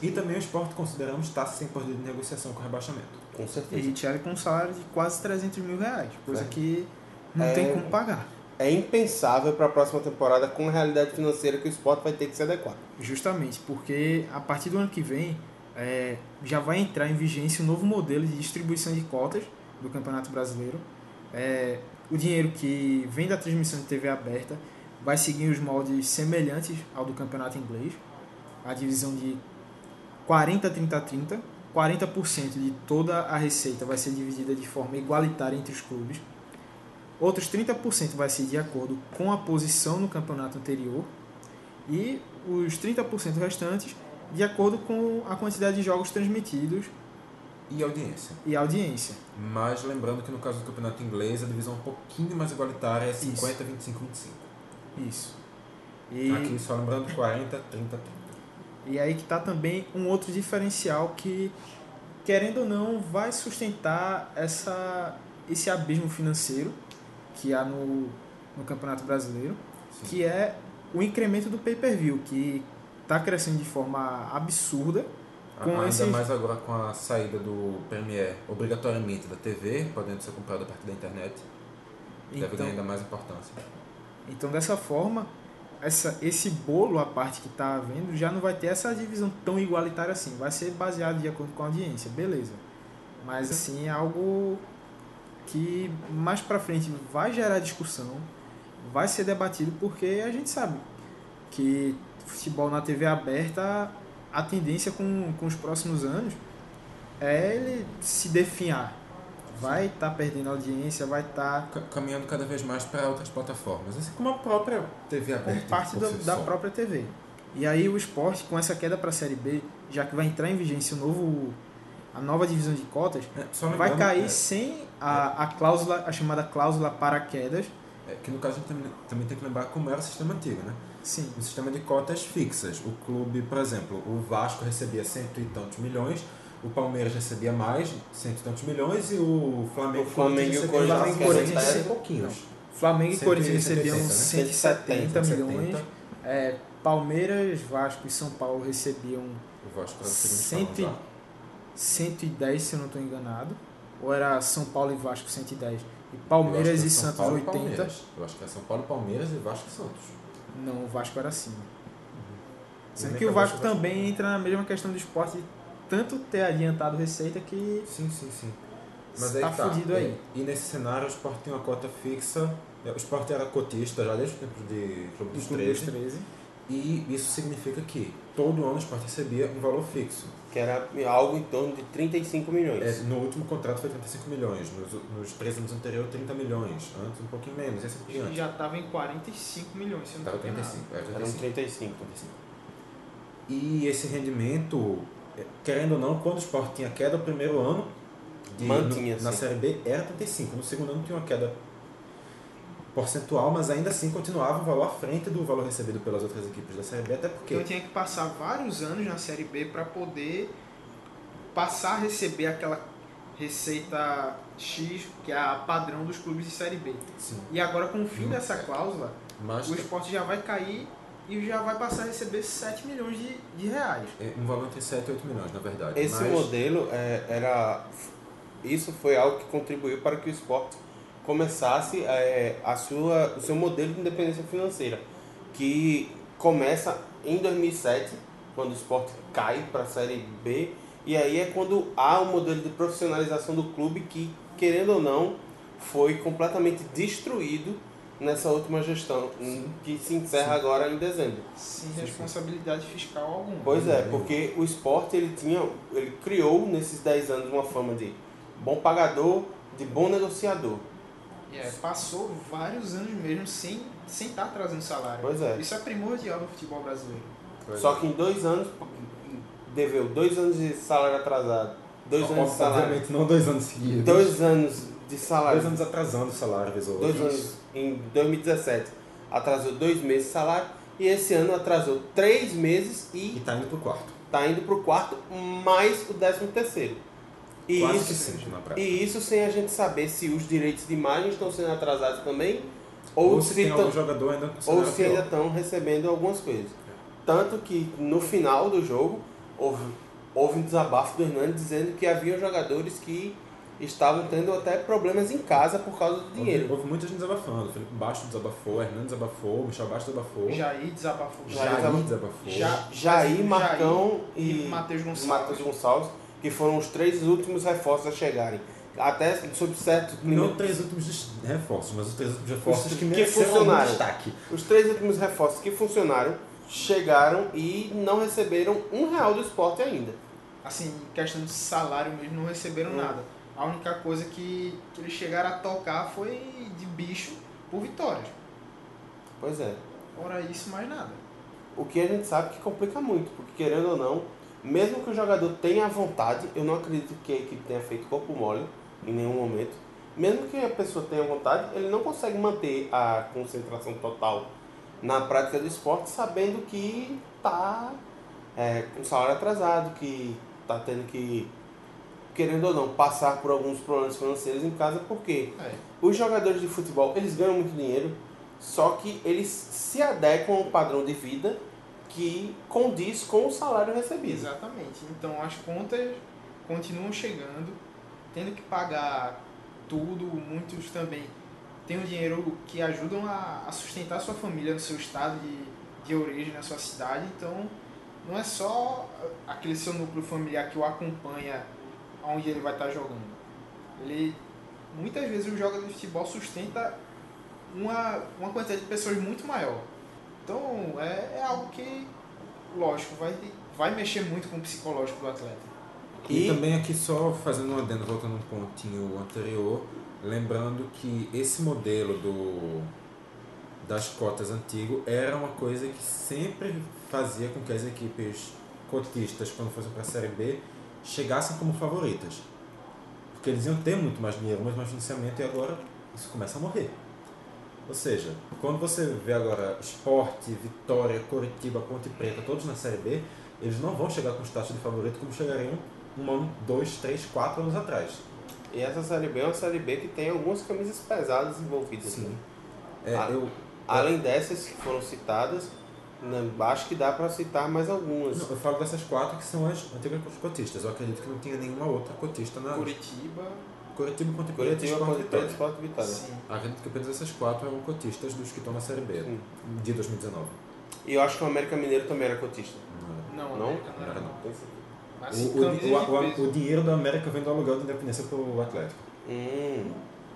Speaker 7: E também o esporte consideramos estar sem poder de negociação com o rebaixamento.
Speaker 8: Com
Speaker 6: E
Speaker 8: certeza.
Speaker 6: Richel com um salário de quase 300 mil reais, coisa
Speaker 8: É.
Speaker 6: que não
Speaker 8: É.
Speaker 6: tem como pagar.
Speaker 8: É impensável para a próxima temporada com a realidade financeira que o esporte vai ter que se adequar.
Speaker 6: Justamente, porque a partir do ano que vem é, já vai entrar em vigência um novo modelo de distribuição de cotas do Campeonato Brasileiro. É, o dinheiro que vem da transmissão de TV aberta vai seguir os moldes semelhantes ao do Campeonato Inglês. A divisão de 40, 30, 30. 40% de toda a receita vai ser dividida de forma igualitária entre os clubes. Outros 30% vai ser de acordo com a posição no campeonato anterior e os 30% restantes de acordo com a quantidade de jogos transmitidos
Speaker 7: E audiência.
Speaker 6: e audiência.
Speaker 7: Mas lembrando que no caso do campeonato inglês, a divisão é um pouquinho mais igualitária é 50, 25, 25.
Speaker 6: Isso. E,
Speaker 7: Tá Aqui só lembrando 40, 30, 30.
Speaker 6: e aí que está também um outro diferencial que, querendo ou não, vai sustentar essa, esse abismo financeiro que há no, no Campeonato Brasileiro,
Speaker 7: Sim.
Speaker 6: que é o incremento do pay-per-view, que está crescendo de forma absurda. Com
Speaker 7: Ainda
Speaker 6: esses-
Speaker 7: mais agora com a saída do PME obrigatoriamente da TV, podendo ser comprado a partir da internet, deve ganhar ainda mais importância.
Speaker 6: Então, dessa forma, essa, esse bolo, a parte que está havendo, já não vai ter essa divisão tão igualitária assim. Vai ser baseado de acordo com a audiência, beleza. Mas, assim, é algo que mais para frente vai gerar discussão, vai ser debatido, porque a gente sabe que futebol na TV aberta, a tendência com, com os próximos anos é ele se definhar. Vai estar perdendo audiência, vai tá estar
Speaker 7: Ca- Caminhando cada vez mais para outras plataformas, assim como a própria TV
Speaker 6: como
Speaker 7: aberta.
Speaker 6: parte
Speaker 7: por
Speaker 6: da-
Speaker 7: si
Speaker 6: da
Speaker 7: só.
Speaker 6: própria TV. E aí o esporte, com essa queda para a Série B, já que vai entrar em vigência o novo, a nova divisão de cotas,
Speaker 7: É, só lembrando,
Speaker 6: vai cair
Speaker 7: é,
Speaker 6: sem a, a cláusula, a chamada cláusula para quedas.
Speaker 7: É, que no caso a gente também, também tem que lembrar como era o sistema antigo, né?
Speaker 6: Sim,
Speaker 7: Um sistema de cotas fixas. O clube, por exemplo, o Vasco recebia cento e tantos milhões, o Palmeiras recebia mais, cento e tantos milhões, e o Flamengo,
Speaker 8: O Flamengo e o
Speaker 7: recebia mais,
Speaker 8: Corinthians
Speaker 6: recebem
Speaker 7: cento e
Speaker 6: cento e
Speaker 7: pouquinhos.
Speaker 6: Flamengo e
Speaker 7: 180,
Speaker 6: Corinthians recebiam
Speaker 7: né?
Speaker 6: 170 milhões.
Speaker 7: 170.
Speaker 6: É, Palmeiras, Vasco e São Paulo recebiam
Speaker 7: Eu vou acho que era o seguinte
Speaker 6: Cento e-
Speaker 7: falando
Speaker 6: 110, se eu não estou enganado. Ou era São Paulo e Vasco 110. E
Speaker 7: é
Speaker 6: Palmeiras e Santos 80.
Speaker 7: Eu acho que é São Paulo, Palmeiras e Vasco e Santos.
Speaker 6: Não, o Vasco era acima. Sendo
Speaker 7: Nem
Speaker 6: que o
Speaker 7: acabou
Speaker 6: Vasco
Speaker 7: essa-
Speaker 6: também entra na mesma questão do esporte de tanto ter adiantado receita que
Speaker 7: Sim, sim, sim. Mas aí
Speaker 6: está
Speaker 7: tá.
Speaker 6: fudido
Speaker 7: É,
Speaker 6: aí.
Speaker 7: E nesse cenário o Sport tem uma cota fixa. É, O Sport era cotista já desde o tempo de Clube
Speaker 6: Do
Speaker 7: dos
Speaker 6: clube dos
Speaker 7: 13.
Speaker 6: 13.
Speaker 7: E isso significa que todo ano o Sport recebia um valor fixo.
Speaker 8: Que era algo em torno de 35 milhões.
Speaker 7: É, no último contrato foi 35 milhões, nos, nos 13 anos anteriores 30 milhões, antes um pouquinho menos, e assim por diante.
Speaker 6: Já estava em 45 milhões, se eu não
Speaker 7: Tava
Speaker 6: tô enganado.
Speaker 7: 35, era
Speaker 8: Eram
Speaker 7: 35.
Speaker 8: 35.
Speaker 7: E esse rendimento, é, querendo ou não, quando o Sport tinha queda, o primeiro ano de-
Speaker 8: Mantinha,
Speaker 7: no- na
Speaker 8: sim.
Speaker 7: Série B era 35, no segundo ano tinha uma queda porcentual, mas ainda assim continuava o valor à frente do valor recebido pelas outras equipes da Série B, até porque...
Speaker 4: Então Eu tinha que passar vários anos na Série B para poder passar a receber aquela receita X, que é a padrão dos clubes de Série B.
Speaker 7: Sim,
Speaker 4: E agora, com o
Speaker 7: Hum.
Speaker 4: fim dessa cláusula,
Speaker 7: mas
Speaker 4: o esporte já vai cair e já vai passar a receber 7 milhões de, de reais.
Speaker 7: é um valor entre 7 e 8 milhões, na verdade.
Speaker 8: Esse
Speaker 7: mas,
Speaker 8: modelo é, era. Isso foi algo que contribuiu para que o esporte começasse é, a sua, o seu modelo de independência financeira, que começa em 2007, quando o esporte cai para a Série B, e aí é quando há o modelo de profissionalização do clube que, querendo ou não, foi completamente destruído nessa última gestão, que se encerra agora em dezembro.
Speaker 4: Sem responsabilidade fiscal alguma.
Speaker 8: Pois é, porque o esporte ele tinha, ele criou nesses 10 anos uma fama de bom pagador, de bom negociador.
Speaker 4: É, passou vários anos mesmo sem estar sem tá trazendo salário.
Speaker 8: Pois é.
Speaker 4: Isso é primordial no futebol brasileiro.
Speaker 7: é.
Speaker 8: Só que em dois anos deveu dois anos de salário atrasado, dois anos de salário,
Speaker 7: Obviamente, não dois anos seguidos.
Speaker 8: dois anos de
Speaker 7: Dois
Speaker 8: salário,
Speaker 7: anos atrasando o salário, vez ou
Speaker 8: dois
Speaker 7: outra.
Speaker 8: anos em 2017 atrasou dois meses de salário e esse ano atrasou três meses
Speaker 7: E
Speaker 8: e
Speaker 7: tá indo pro quarto.
Speaker 8: tá indo pro quarto mais o décimo terceiro. E
Speaker 7: Quase
Speaker 8: isso
Speaker 7: que cinco, na prática.
Speaker 8: E isso sem a gente saber se os direitos de imagem estão sendo atrasados também, ou,
Speaker 7: Ou,
Speaker 8: se,
Speaker 7: se tem
Speaker 8: tão-
Speaker 7: algum jogador ainda com
Speaker 8: ou
Speaker 7: salário
Speaker 8: se
Speaker 7: pior.
Speaker 8: ainda tá estão recebendo algumas
Speaker 7: É.
Speaker 8: coisas. Tanto que no final do jogo houve, houve um desabafo do Hernandes dizendo que havia jogadores que estavam tendo até problemas em casa por causa do
Speaker 7: Houve,
Speaker 8: dinheiro.
Speaker 7: houve muita gente desabafando. Felipe Baixo desabafou, Hernando desabafou, Michel Baixo desabafou.
Speaker 4: Jair desabafou.
Speaker 8: Jair
Speaker 7: Uhum. Jair desabafou.
Speaker 4: Já-
Speaker 8: Jair,
Speaker 4: Jair,
Speaker 8: Marcão
Speaker 4: e
Speaker 8: e
Speaker 4: Matheus Gonçalves.
Speaker 8: Matheus Gonçalves, que foram os três últimos reforços a chegarem. Até sob certo
Speaker 7: Não os três últimos des- reforços, mas os três últimos reforços
Speaker 8: Os
Speaker 7: que
Speaker 8: que
Speaker 7: mereceram algum
Speaker 8: funcionaram.
Speaker 7: destaque.
Speaker 8: Os três últimos reforços que funcionaram chegaram e não receberam um real do esporte ainda.
Speaker 4: Assim, em questão de salário mesmo, não receberam nada. A única coisa que, que eles chegaram a tocar foi de bicho por vitórias.
Speaker 8: Pois é.
Speaker 4: Ora isso, mais nada.
Speaker 8: O que a gente sabe que complica muito, porque querendo ou não, mesmo que o jogador tenha vontade, eu não acredito que a equipe tenha feito corpo mole em nenhum momento. Mesmo que a pessoa tenha vontade, ele não consegue manter a concentração total na prática do esporte, sabendo que tá é, com salário atrasado, que tá tendo que, querendo ou não, passar por alguns problemas financeiros em casa, porque
Speaker 4: É.
Speaker 8: os jogadores de futebol, eles ganham muito dinheiro, só que eles se adequam a um padrão de vida que condiz com o salário recebido.
Speaker 4: Exatamente. Então as contas continuam chegando, tendo que pagar tudo, muitos também têm o dinheiro que ajudam a, a sustentar sua família no seu estado de, de origem, na sua cidade. Então não é só aquele seu núcleo familiar que o acompanha aonde ele vai estar jogando. Ele muitas vezes o jogador de futebol sustenta uma, uma quantidade de pessoas muito maior. Então é, é algo que lógico, vai, vai mexer muito com o psicológico do atleta.
Speaker 7: E,
Speaker 8: E-
Speaker 7: também aqui só fazendo um adendo, voltando um pontinho anterior, lembrando que esse modelo do das cotas antigo era uma coisa que sempre fazia com que as equipes cotistas, quando fossem para a Série B, chegassem como favoritas. Porque eles iam ter muito mais dinheiro, muito mais financiamento, e agora isso começa a morrer. Ou seja, quando você vê agora Sport, Vitória, Coritiba, Ponte Preta, todos na Série B, eles não vão chegar com o status de favorito como chegariam um ano, dois, três, quatro anos atrás.
Speaker 8: E essa Série B é uma Série B que tem algumas camisas pesadas envolvidas. né?
Speaker 7: É,
Speaker 8: Ah.
Speaker 7: eu,
Speaker 8: Além dessas que foram citadas, né, acho que dá para citar mais algumas.
Speaker 7: não, eu falo dessas quatro que são as antigas cotistas. Eu acredito que não tinha nenhuma outra cotista na
Speaker 4: Curitiba,
Speaker 7: Curitiba contra Curitiba,
Speaker 8: Curitiba,
Speaker 7: contra
Speaker 8: Ponte Preta,
Speaker 7: Vitória.
Speaker 8: Esporte Vitória.
Speaker 4: sim.
Speaker 7: Acredito que apenas essas quatro eram cotistas dos que estão na Série B
Speaker 8: Sim.
Speaker 7: de 2019.
Speaker 8: E eu acho que o América Mineiro também era cotista.
Speaker 7: Não era.
Speaker 4: Não,
Speaker 8: Não?
Speaker 4: América não era não. Mas
Speaker 6: Assim
Speaker 7: O,
Speaker 4: sim,
Speaker 7: o-
Speaker 4: camisas de
Speaker 7: o- o-
Speaker 4: peso.
Speaker 7: o dinheiro da América vem do aluguel da Independência pro Atlético.
Speaker 8: Hum,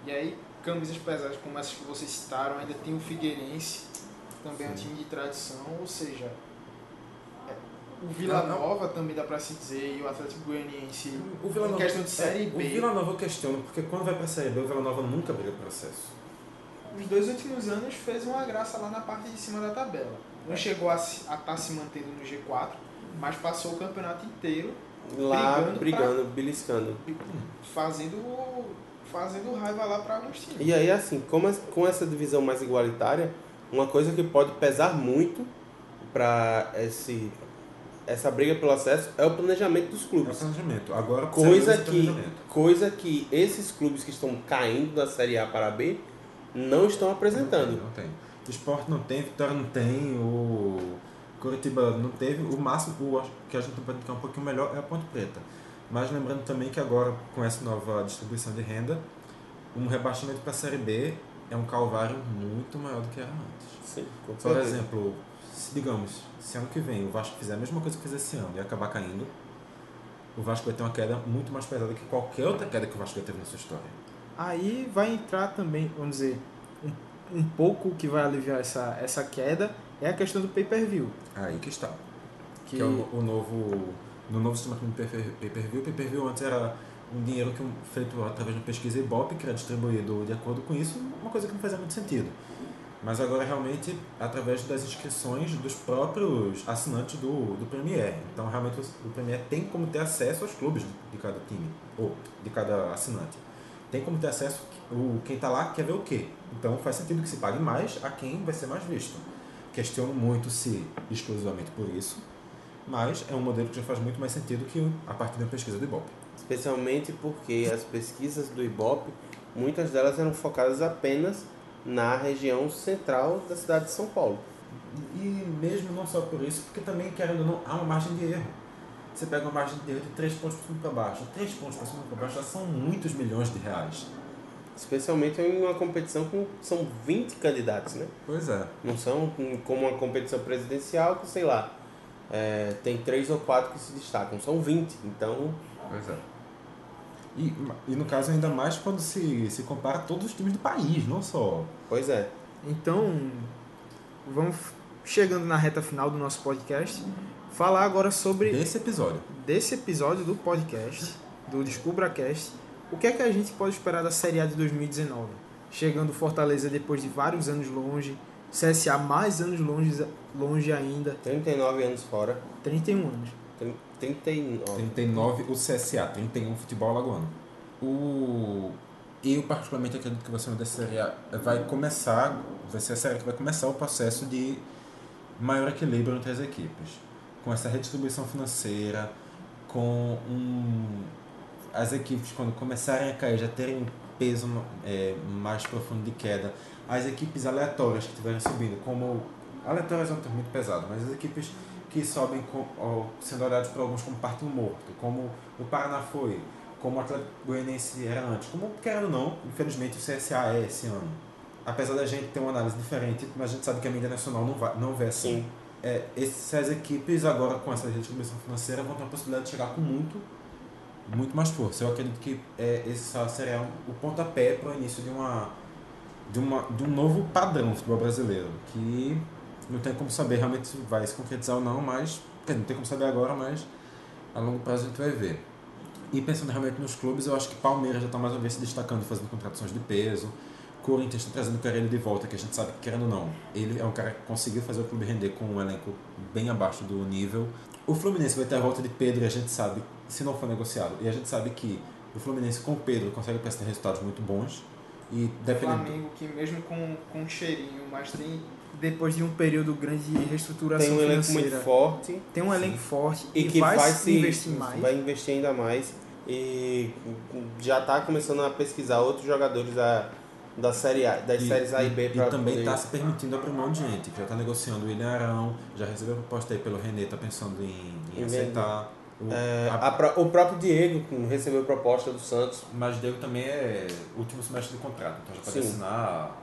Speaker 4: E aí, camisas pesadas como essas que vocês citaram, ainda tem o Figueirense, também é um time de tradição, ou seja, é, o Vila
Speaker 7: Não, não.
Speaker 4: Nova também dá pra se dizer, e o Atlético Goianiense,
Speaker 7: O Vila
Speaker 4: em
Speaker 7: Nova,
Speaker 4: questão de Série
Speaker 7: é,
Speaker 4: B,
Speaker 7: O Vila Nova eu questiono, porque quando vai pra Série B, o Vila Nova nunca briga pro acesso.
Speaker 4: nos dois últimos anos fez uma graça lá na parte de cima da tabela.
Speaker 7: É.
Speaker 4: Não chegou a estar se mantendo no G4, mas passou o campeonato inteiro
Speaker 8: lá
Speaker 4: Brigando
Speaker 8: brigando, beliscando.
Speaker 4: fazendo, fazendo raiva lá pra alguns times.
Speaker 8: E aí, assim, como as- com essa divisão mais igualitária, uma coisa que pode pesar muito para esse essa briga pelo acesso é o planejamento dos
Speaker 7: É o
Speaker 8: clubes.
Speaker 7: planejamento. Agora
Speaker 8: Coisa
Speaker 7: Série B é
Speaker 8: que,
Speaker 7: planejamento.
Speaker 8: coisa que esses clubes que estão caindo da Série A para a B não estão apresentando.
Speaker 7: Não tem. não tem. Esporte não tem, Vitória não tem, o Curitiba não teve. O máximo o, acho que a gente pode ficar um pouquinho melhor é a Ponte Preta. Mas lembrando também que agora, com essa nova distribuição de renda, um rebaixamento para a Série B é um calvário muito maior do que era antes.
Speaker 8: Sim, com
Speaker 7: Por
Speaker 8: certeza.
Speaker 7: exemplo, se, digamos, se ano que vem o Vasco fizer a mesma coisa que fez esse ano e acabar caindo, o Vasco vai ter uma queda muito mais pesada que qualquer outra queda que o Vasco já teve na sua história.
Speaker 6: Aí vai entrar também, vamos dizer, um, um pouco que vai aliviar essa, essa queda é a questão do pay-per-view.
Speaker 7: Aí que está.
Speaker 6: Que,
Speaker 7: que é o, o novo no novo sistema de pay-per- pay-per-view. Pay-per-view antes era um dinheiro que um- feito através de uma pesquisa Ibope, que era distribuído de acordo com isso, uma coisa que não fazia muito sentido. Mas agora realmente através das inscrições dos próprios assinantes do, do Premier. Então realmente o, o Premier tem como ter acesso aos clubes de cada time, ou de cada assinante. Tem como ter acesso o quem está lá quer ver o quê. Então faz sentido que se pague mais a quem vai ser mais visto. Questiono muito se exclusivamente por isso, mas é um modelo que já faz muito mais sentido que a partir da pesquisa do Ibope.
Speaker 8: Especialmente porque as pesquisas do Ibope, muitas delas eram focadas apenas na região central da cidade de São Paulo.
Speaker 7: E mesmo não só por isso, porque também, querendo ou não, há uma margem de erro. Você pega uma margem de erro de 3 pontos para cima e para baixo. 3 pontos para cima e para baixo já são muitos milhões de reais.
Speaker 8: Especialmente em uma competição com são 20 candidatos, né?
Speaker 7: Pois é.
Speaker 8: Não são como uma competição presidencial que, sei lá, é, tem três ou quatro que se destacam. São 20. Então,
Speaker 7: Pois é. E, e no caso, ainda mais quando se, se compara todos os times do país, não só.
Speaker 8: pois é.
Speaker 6: Então, vamos chegando na reta final do nosso podcast, falar agora sobre
Speaker 7: Desse episódio.
Speaker 6: desse episódio do podcast, do DescubraCast, o que é que a gente pode esperar da Série A de 2019? Chegando Fortaleza depois de vários anos longe, CSA mais anos longe, longe ainda,
Speaker 8: 39 anos fora.
Speaker 6: 31 anos.
Speaker 8: Trin- 39.
Speaker 7: 39 o CSA, 31 futebol alagoano. O eu particularmente acredito que vai ser uma das série A vai começar, vai ser a série que vai começar o processo de maior equilíbrio entre as equipes, com essa redistribuição financeira, com um as equipes quando começarem a cair já terem um peso é, mais profundo de queda, as equipes aleatórias que estiverem subindo, como aleatórias é um termo muito pesado, mas as equipes que sobem com, ó, sendo olhados por alguns como partido morto, como o Paraná foi, como o Atlético Goianiense era antes, como querendo ou não, infelizmente o CSA é esse ano. Apesar da gente ter uma análise diferente, mas a gente sabe que a mídia nacional não, vai, não vê assim.
Speaker 8: Sim.
Speaker 7: É, essas equipes agora com essa redistribuição financeira vão ter a possibilidade de chegar com muito, muito mais força. Eu acredito que é, essa seria o pontapé para o início de uma, de uma de um novo padrão do futebol brasileiro, que não tem como saber realmente se vai se concretizar ou não, mas quer dizer, não tem como saber agora, mas a longo prazo a gente vai ver. E pensando realmente nos clubes, eu acho que Palmeiras já está mais uma vez se destacando, fazendo contratações de peso. Corinthians está trazendo o Carelli de volta, que a gente sabe que, querendo ou não, ele é um cara que conseguiu fazer o clube render com um elenco bem abaixo do nível. O Fluminense vai ter a volta de Pedro, e a gente sabe, se não for negociado, e a gente sabe que o Fluminense com o Pedro consegue prestar resultados muito bons. E
Speaker 6: um
Speaker 7: dependendo.
Speaker 4: Flamengo, que mesmo com, com um cheirinho, mas tem
Speaker 6: Depois de um período grande de reestruturação
Speaker 8: Tem um elenco
Speaker 6: financeira,
Speaker 8: muito forte.
Speaker 6: tem um elenco forte
Speaker 8: E que vai, se
Speaker 6: investir mais.
Speaker 8: Vai investir tá ainda mais. E já está começando a pesquisar outros jogadores a, da série A, das séries A e tá B pra
Speaker 7: também
Speaker 8: poder-
Speaker 7: está se permitindo abrir mão de gente. Já está negociando o William Arão, já recebeu proposta aí pelo René, está pensando em, em
Speaker 8: Em
Speaker 7: aceitar. O,
Speaker 8: É,
Speaker 7: a-
Speaker 8: a pro- o próprio Diego que recebeu proposta do Santos.
Speaker 7: Mas Diego também é último semestre de contrato, então já pode
Speaker 8: Sim.
Speaker 7: assinar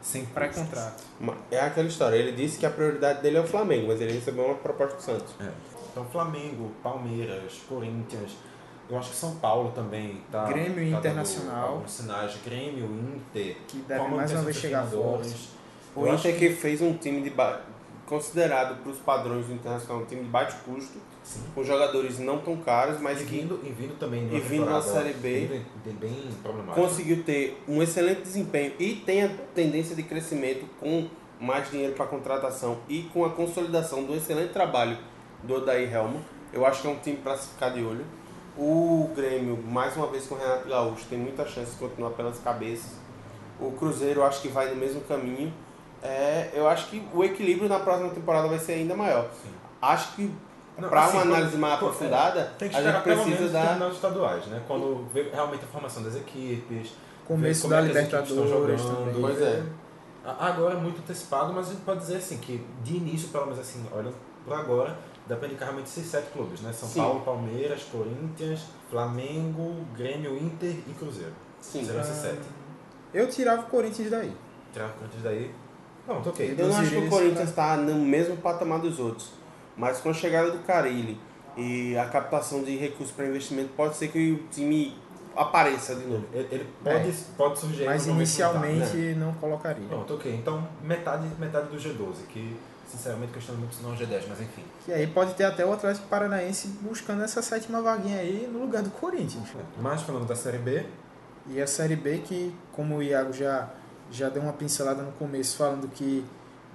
Speaker 7: sem custos.
Speaker 4: Pré-contrato.
Speaker 8: Ma- É aquela história, ele disse que a prioridade dele é o Flamengo, mas ele recebeu uma proposta do Santos.
Speaker 7: É. Então Flamengo, Palmeiras, Corinthians, eu acho que São Paulo também tá.
Speaker 4: Grêmio e
Speaker 7: tá dando
Speaker 4: Internacional.
Speaker 7: alguns sinais, Grêmio, Inter.
Speaker 4: Que deve
Speaker 7: com a
Speaker 4: mais uma
Speaker 7: manutenção
Speaker 4: vez
Speaker 7: dos
Speaker 4: chegar
Speaker 7: treinadores.
Speaker 8: O
Speaker 7: Eu
Speaker 8: Inter que fez um time de ba... considerado para os padrões do Internacional, um time de baixo custo,
Speaker 7: Sim.
Speaker 8: com jogadores não tão caros, mas
Speaker 7: E
Speaker 8: que
Speaker 7: tá vindo, e vindo também
Speaker 8: E vindo na
Speaker 7: temporada
Speaker 8: Série B.
Speaker 7: bem, bem problemática.
Speaker 8: conseguiu ter um excelente desempenho e tem a tendência de crescimento com mais dinheiro para contratação e com a consolidação do excelente trabalho do Odair Helmo. Eu acho que é um time para se ficar de olho. O Grêmio, mais uma vez com o Renato Gaúcho, tem muita chance de continuar pelas cabeças. O Cruzeiro eu acho que vai no mesmo caminho. É, eu acho que o equilíbrio na próxima temporada vai ser ainda maior. Acho que
Speaker 7: Não,
Speaker 8: para
Speaker 7: assim,
Speaker 8: uma
Speaker 7: quando-
Speaker 8: análise mais
Speaker 7: quando-
Speaker 8: aprofundada,
Speaker 7: Tem que
Speaker 8: a gente
Speaker 7: esperar pelo
Speaker 8: precisa
Speaker 7: menos
Speaker 8: da
Speaker 7: terminar os estaduais, né? Quando vê realmente a formação das equipes.
Speaker 6: Começo
Speaker 7: ver como
Speaker 6: da
Speaker 7: é que as equipes estão
Speaker 6: Libertadores
Speaker 7: jogando.
Speaker 6: também.
Speaker 8: Pois é.
Speaker 7: A- Agora é muito antecipado, mas a gente pode dizer assim que de início, pelo menos assim, olha por agora, dá pra indicar realmente esses sete clubes, né? São
Speaker 8: Sim.
Speaker 7: Paulo, Palmeiras, Corinthians, Flamengo, Grêmio, Inter e Cruzeiro.
Speaker 8: Sim.
Speaker 7: Serão esses sete.
Speaker 6: Eu tirava o Corinthians daí.
Speaker 7: Tirar o Corinthians daí. Pronto, ok.
Speaker 8: Eu não acho que
Speaker 6: Reduziria
Speaker 8: o
Speaker 6: isso
Speaker 8: Corinthians está no mesmo patamar dos outros, mas com a chegada do Carilli e a captação de recursos para investimento, pode ser que o time apareça de novo.
Speaker 7: Ele, ele pode, pode surgir aí
Speaker 6: É. Mas
Speaker 7: no momento que não tá, né?
Speaker 6: inicialmente não colocaria.
Speaker 7: Pronto, ok. Então metade, metade do G12, que sinceramente questiono muito se não é o G10, mas enfim.
Speaker 6: E aí pode ter até o Atlético Paranaense buscando essa sétima vaguinha aí no lugar do Corinthians.
Speaker 7: Mas É, falando da Série B,
Speaker 6: E a Série B que, como o Iago já, já deu uma pincelada no começo, falando que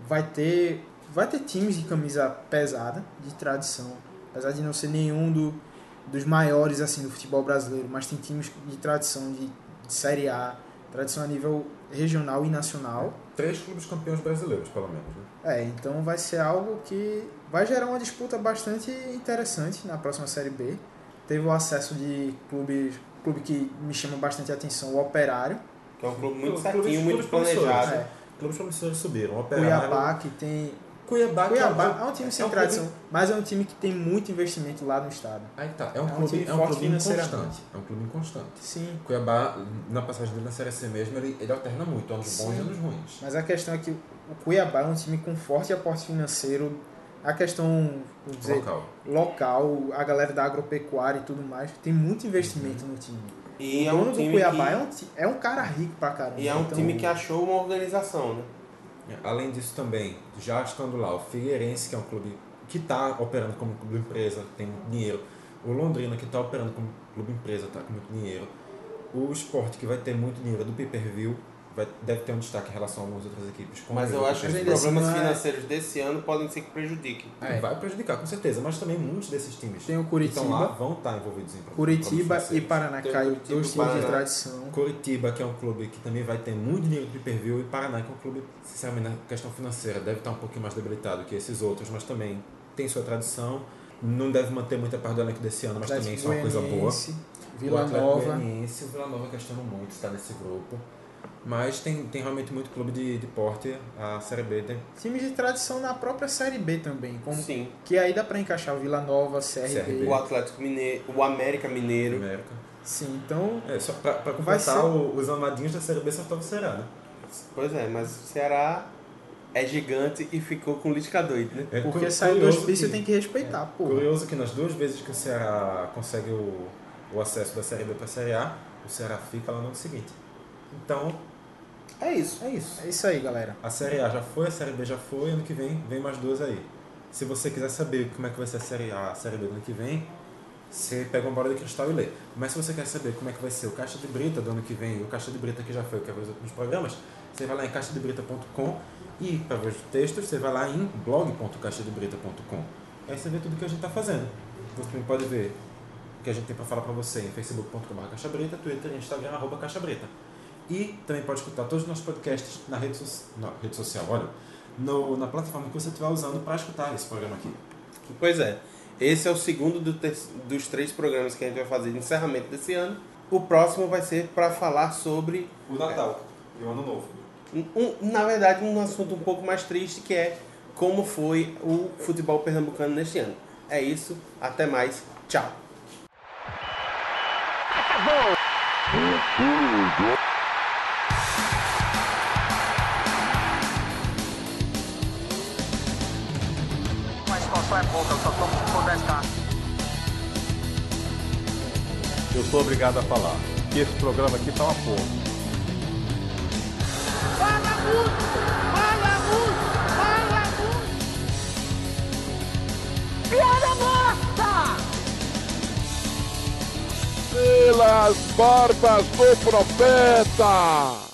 Speaker 6: vai ter, vai ter times de camisa pesada, de tradição. Apesar de não ser nenhum do, dos maiores assim do futebol brasileiro, mas tem times de tradição de, de Série A, tradição a nível regional e nacional.
Speaker 7: três clubes campeões brasileiros, pelo menos. Né?
Speaker 6: É, então vai ser algo que vai gerar uma disputa bastante interessante na próxima Série B. Teve o acesso de clubes, clube que me chama bastante atenção, o Operário,
Speaker 8: Que é um clube muito
Speaker 7: Clubes-
Speaker 8: certinho,
Speaker 7: clubes-
Speaker 8: muito
Speaker 7: clubes
Speaker 8: planejado.
Speaker 6: é,
Speaker 7: Clubes promissores subiram.
Speaker 8: né?
Speaker 7: Operário,
Speaker 6: Cuiabá, que tem...
Speaker 7: Cuiabá, que
Speaker 6: Cuiabá é um
Speaker 7: é
Speaker 6: time sem
Speaker 7: um
Speaker 6: tradição,
Speaker 7: clube-
Speaker 6: mas é um time que tem muito investimento lá no estado.
Speaker 7: Aí que tá. É um,
Speaker 6: É um
Speaker 7: clube,
Speaker 6: time
Speaker 7: é um
Speaker 6: forte
Speaker 7: clube
Speaker 6: financeiramente.
Speaker 7: inconstante. É um clube inconstante.
Speaker 6: Sim,
Speaker 7: Cuiabá, na passagem dele na Série C mesmo, ele, ele alterna muito, anos bons e
Speaker 6: Sim.
Speaker 7: anos ruins.
Speaker 6: mas a questão é que o Cuiabá é um time com forte aporte financeiro, a questão, vamos dizer, local.
Speaker 7: Local.
Speaker 6: a galera da agropecuária e tudo mais, tem muito investimento no time.
Speaker 8: E
Speaker 6: o
Speaker 8: é
Speaker 6: dono
Speaker 8: um
Speaker 6: do
Speaker 8: time
Speaker 6: Cuiabá
Speaker 8: que,
Speaker 6: é, um, ti- é um cara rico pra caramba.
Speaker 8: e é um
Speaker 6: então-
Speaker 8: time que achou uma organização, né?
Speaker 7: Além disso também, já estando lá, o Figueirense, que é um clube que está operando como clube empresa, tem muito dinheiro. O Londrina, que está operando como clube empresa, está com muito dinheiro. O Sport, que vai ter muito dinheiro do pay-per-view, vai- deve ter um destaque em relação a algumas outras equipes. com
Speaker 8: Mas eu
Speaker 7: pelo
Speaker 8: acho que os
Speaker 7: pay-per-view.
Speaker 6: assim
Speaker 8: problemas
Speaker 6: não é-
Speaker 8: financeiros desse ano podem ser que prejudiquem.
Speaker 7: Vai prejudicar, com certeza, mas também muitos desses times
Speaker 6: Tem o
Speaker 7: que estão lá
Speaker 6: Curitiba,
Speaker 7: vão estar envolvidos em problemas
Speaker 6: Curitiba e
Speaker 7: financeiros.
Speaker 8: Tem o
Speaker 6: Paranacaí,
Speaker 8: Curitiba e
Speaker 6: dois times de
Speaker 8: Paraná.
Speaker 6: tradição.
Speaker 7: Curitiba, que é um clube que também vai ter muito dinheiro de pay-per-view, e Paraná, que é um clube, sinceramente, na questão financeira, deve estar um pouquinho mais debilitado que esses outros, mas também tem sua tradição. Não deve manter muita parte do elenco desse ano, mas também isso é uma coisa boa.
Speaker 6: Goianiense,
Speaker 7: o
Speaker 6: Vila
Speaker 7: Atlético
Speaker 6: Nova.
Speaker 7: Goianiense, o Vila Nova questiona muito estar nesse grupo. Mas tem, tem realmente muito clube de, de porte. A Série B tem
Speaker 6: Times de tradição na própria Série B também. Como,
Speaker 8: Sim.
Speaker 6: que aí dá pra encaixar o Vila Nova, CRB.
Speaker 7: CRB.
Speaker 8: O Atlético Mineiro, o América Mineiro.
Speaker 7: América.
Speaker 6: Sim, então
Speaker 7: É, só pra, pra
Speaker 6: Vai
Speaker 7: completar,
Speaker 6: ser-
Speaker 7: o- os amadinhos da Série B só estava o Ceará, né?
Speaker 8: Pois é, mas o Ceará é gigante e ficou com lixo doido, né?
Speaker 7: É
Speaker 6: porque
Speaker 7: cu-
Speaker 6: saiu do
Speaker 7: curioso é
Speaker 6: hospício tem que respeitar, pô.
Speaker 7: Curioso que nas duas vezes que o Ceará consegue o, o acesso da Série B para a Série A, o Ceará fica lá no ano seguinte. Então,
Speaker 8: É isso.
Speaker 7: é isso.
Speaker 6: É isso aí, galera.
Speaker 7: A Série A já foi, a Série B já foi, ano que vem vem mais duas aí. Se você quiser saber como é que vai ser a Série A, a Série B do ano que vem, você pega uma bola de cristal e lê. Mas se você quer saber como é que vai ser o Caixa de Brita do ano que vem, e o Caixa de Brita que já foi, que é os últimos programas, você vai lá em caixadebrita.com e para ver os textos, você vai lá em blog.caixadebrita.com. Aí você vê tudo que a gente está fazendo. Você também pode ver o que a gente tem para falar para você em facebook.com.br caixabrita, twitter e instagram arroba caixabrita. E também pode escutar todos os nossos podcasts na rede, so na rede social, olha, no, na plataforma que você estiver usando para escutar esse programa aqui.
Speaker 8: Pois é. Esse é o segundo do ter- dos três programas que a gente vai fazer de encerramento desse ano. O próximo vai ser para falar sobre
Speaker 7: O Natal.
Speaker 3: E o ano novo.
Speaker 8: Um- um- na verdade, um assunto um pouco mais triste que é como foi o futebol pernambucano neste ano. É isso, até mais, tchau.
Speaker 2: Mas console é pouca, eu só tomo se for 10k.
Speaker 3: Eu sou obrigado a falar que esse programa aqui tá uma porra.
Speaker 1: Fala muito! Fala muito! Fala muito! Piada morta!
Speaker 5: Pelas barbas do profeta!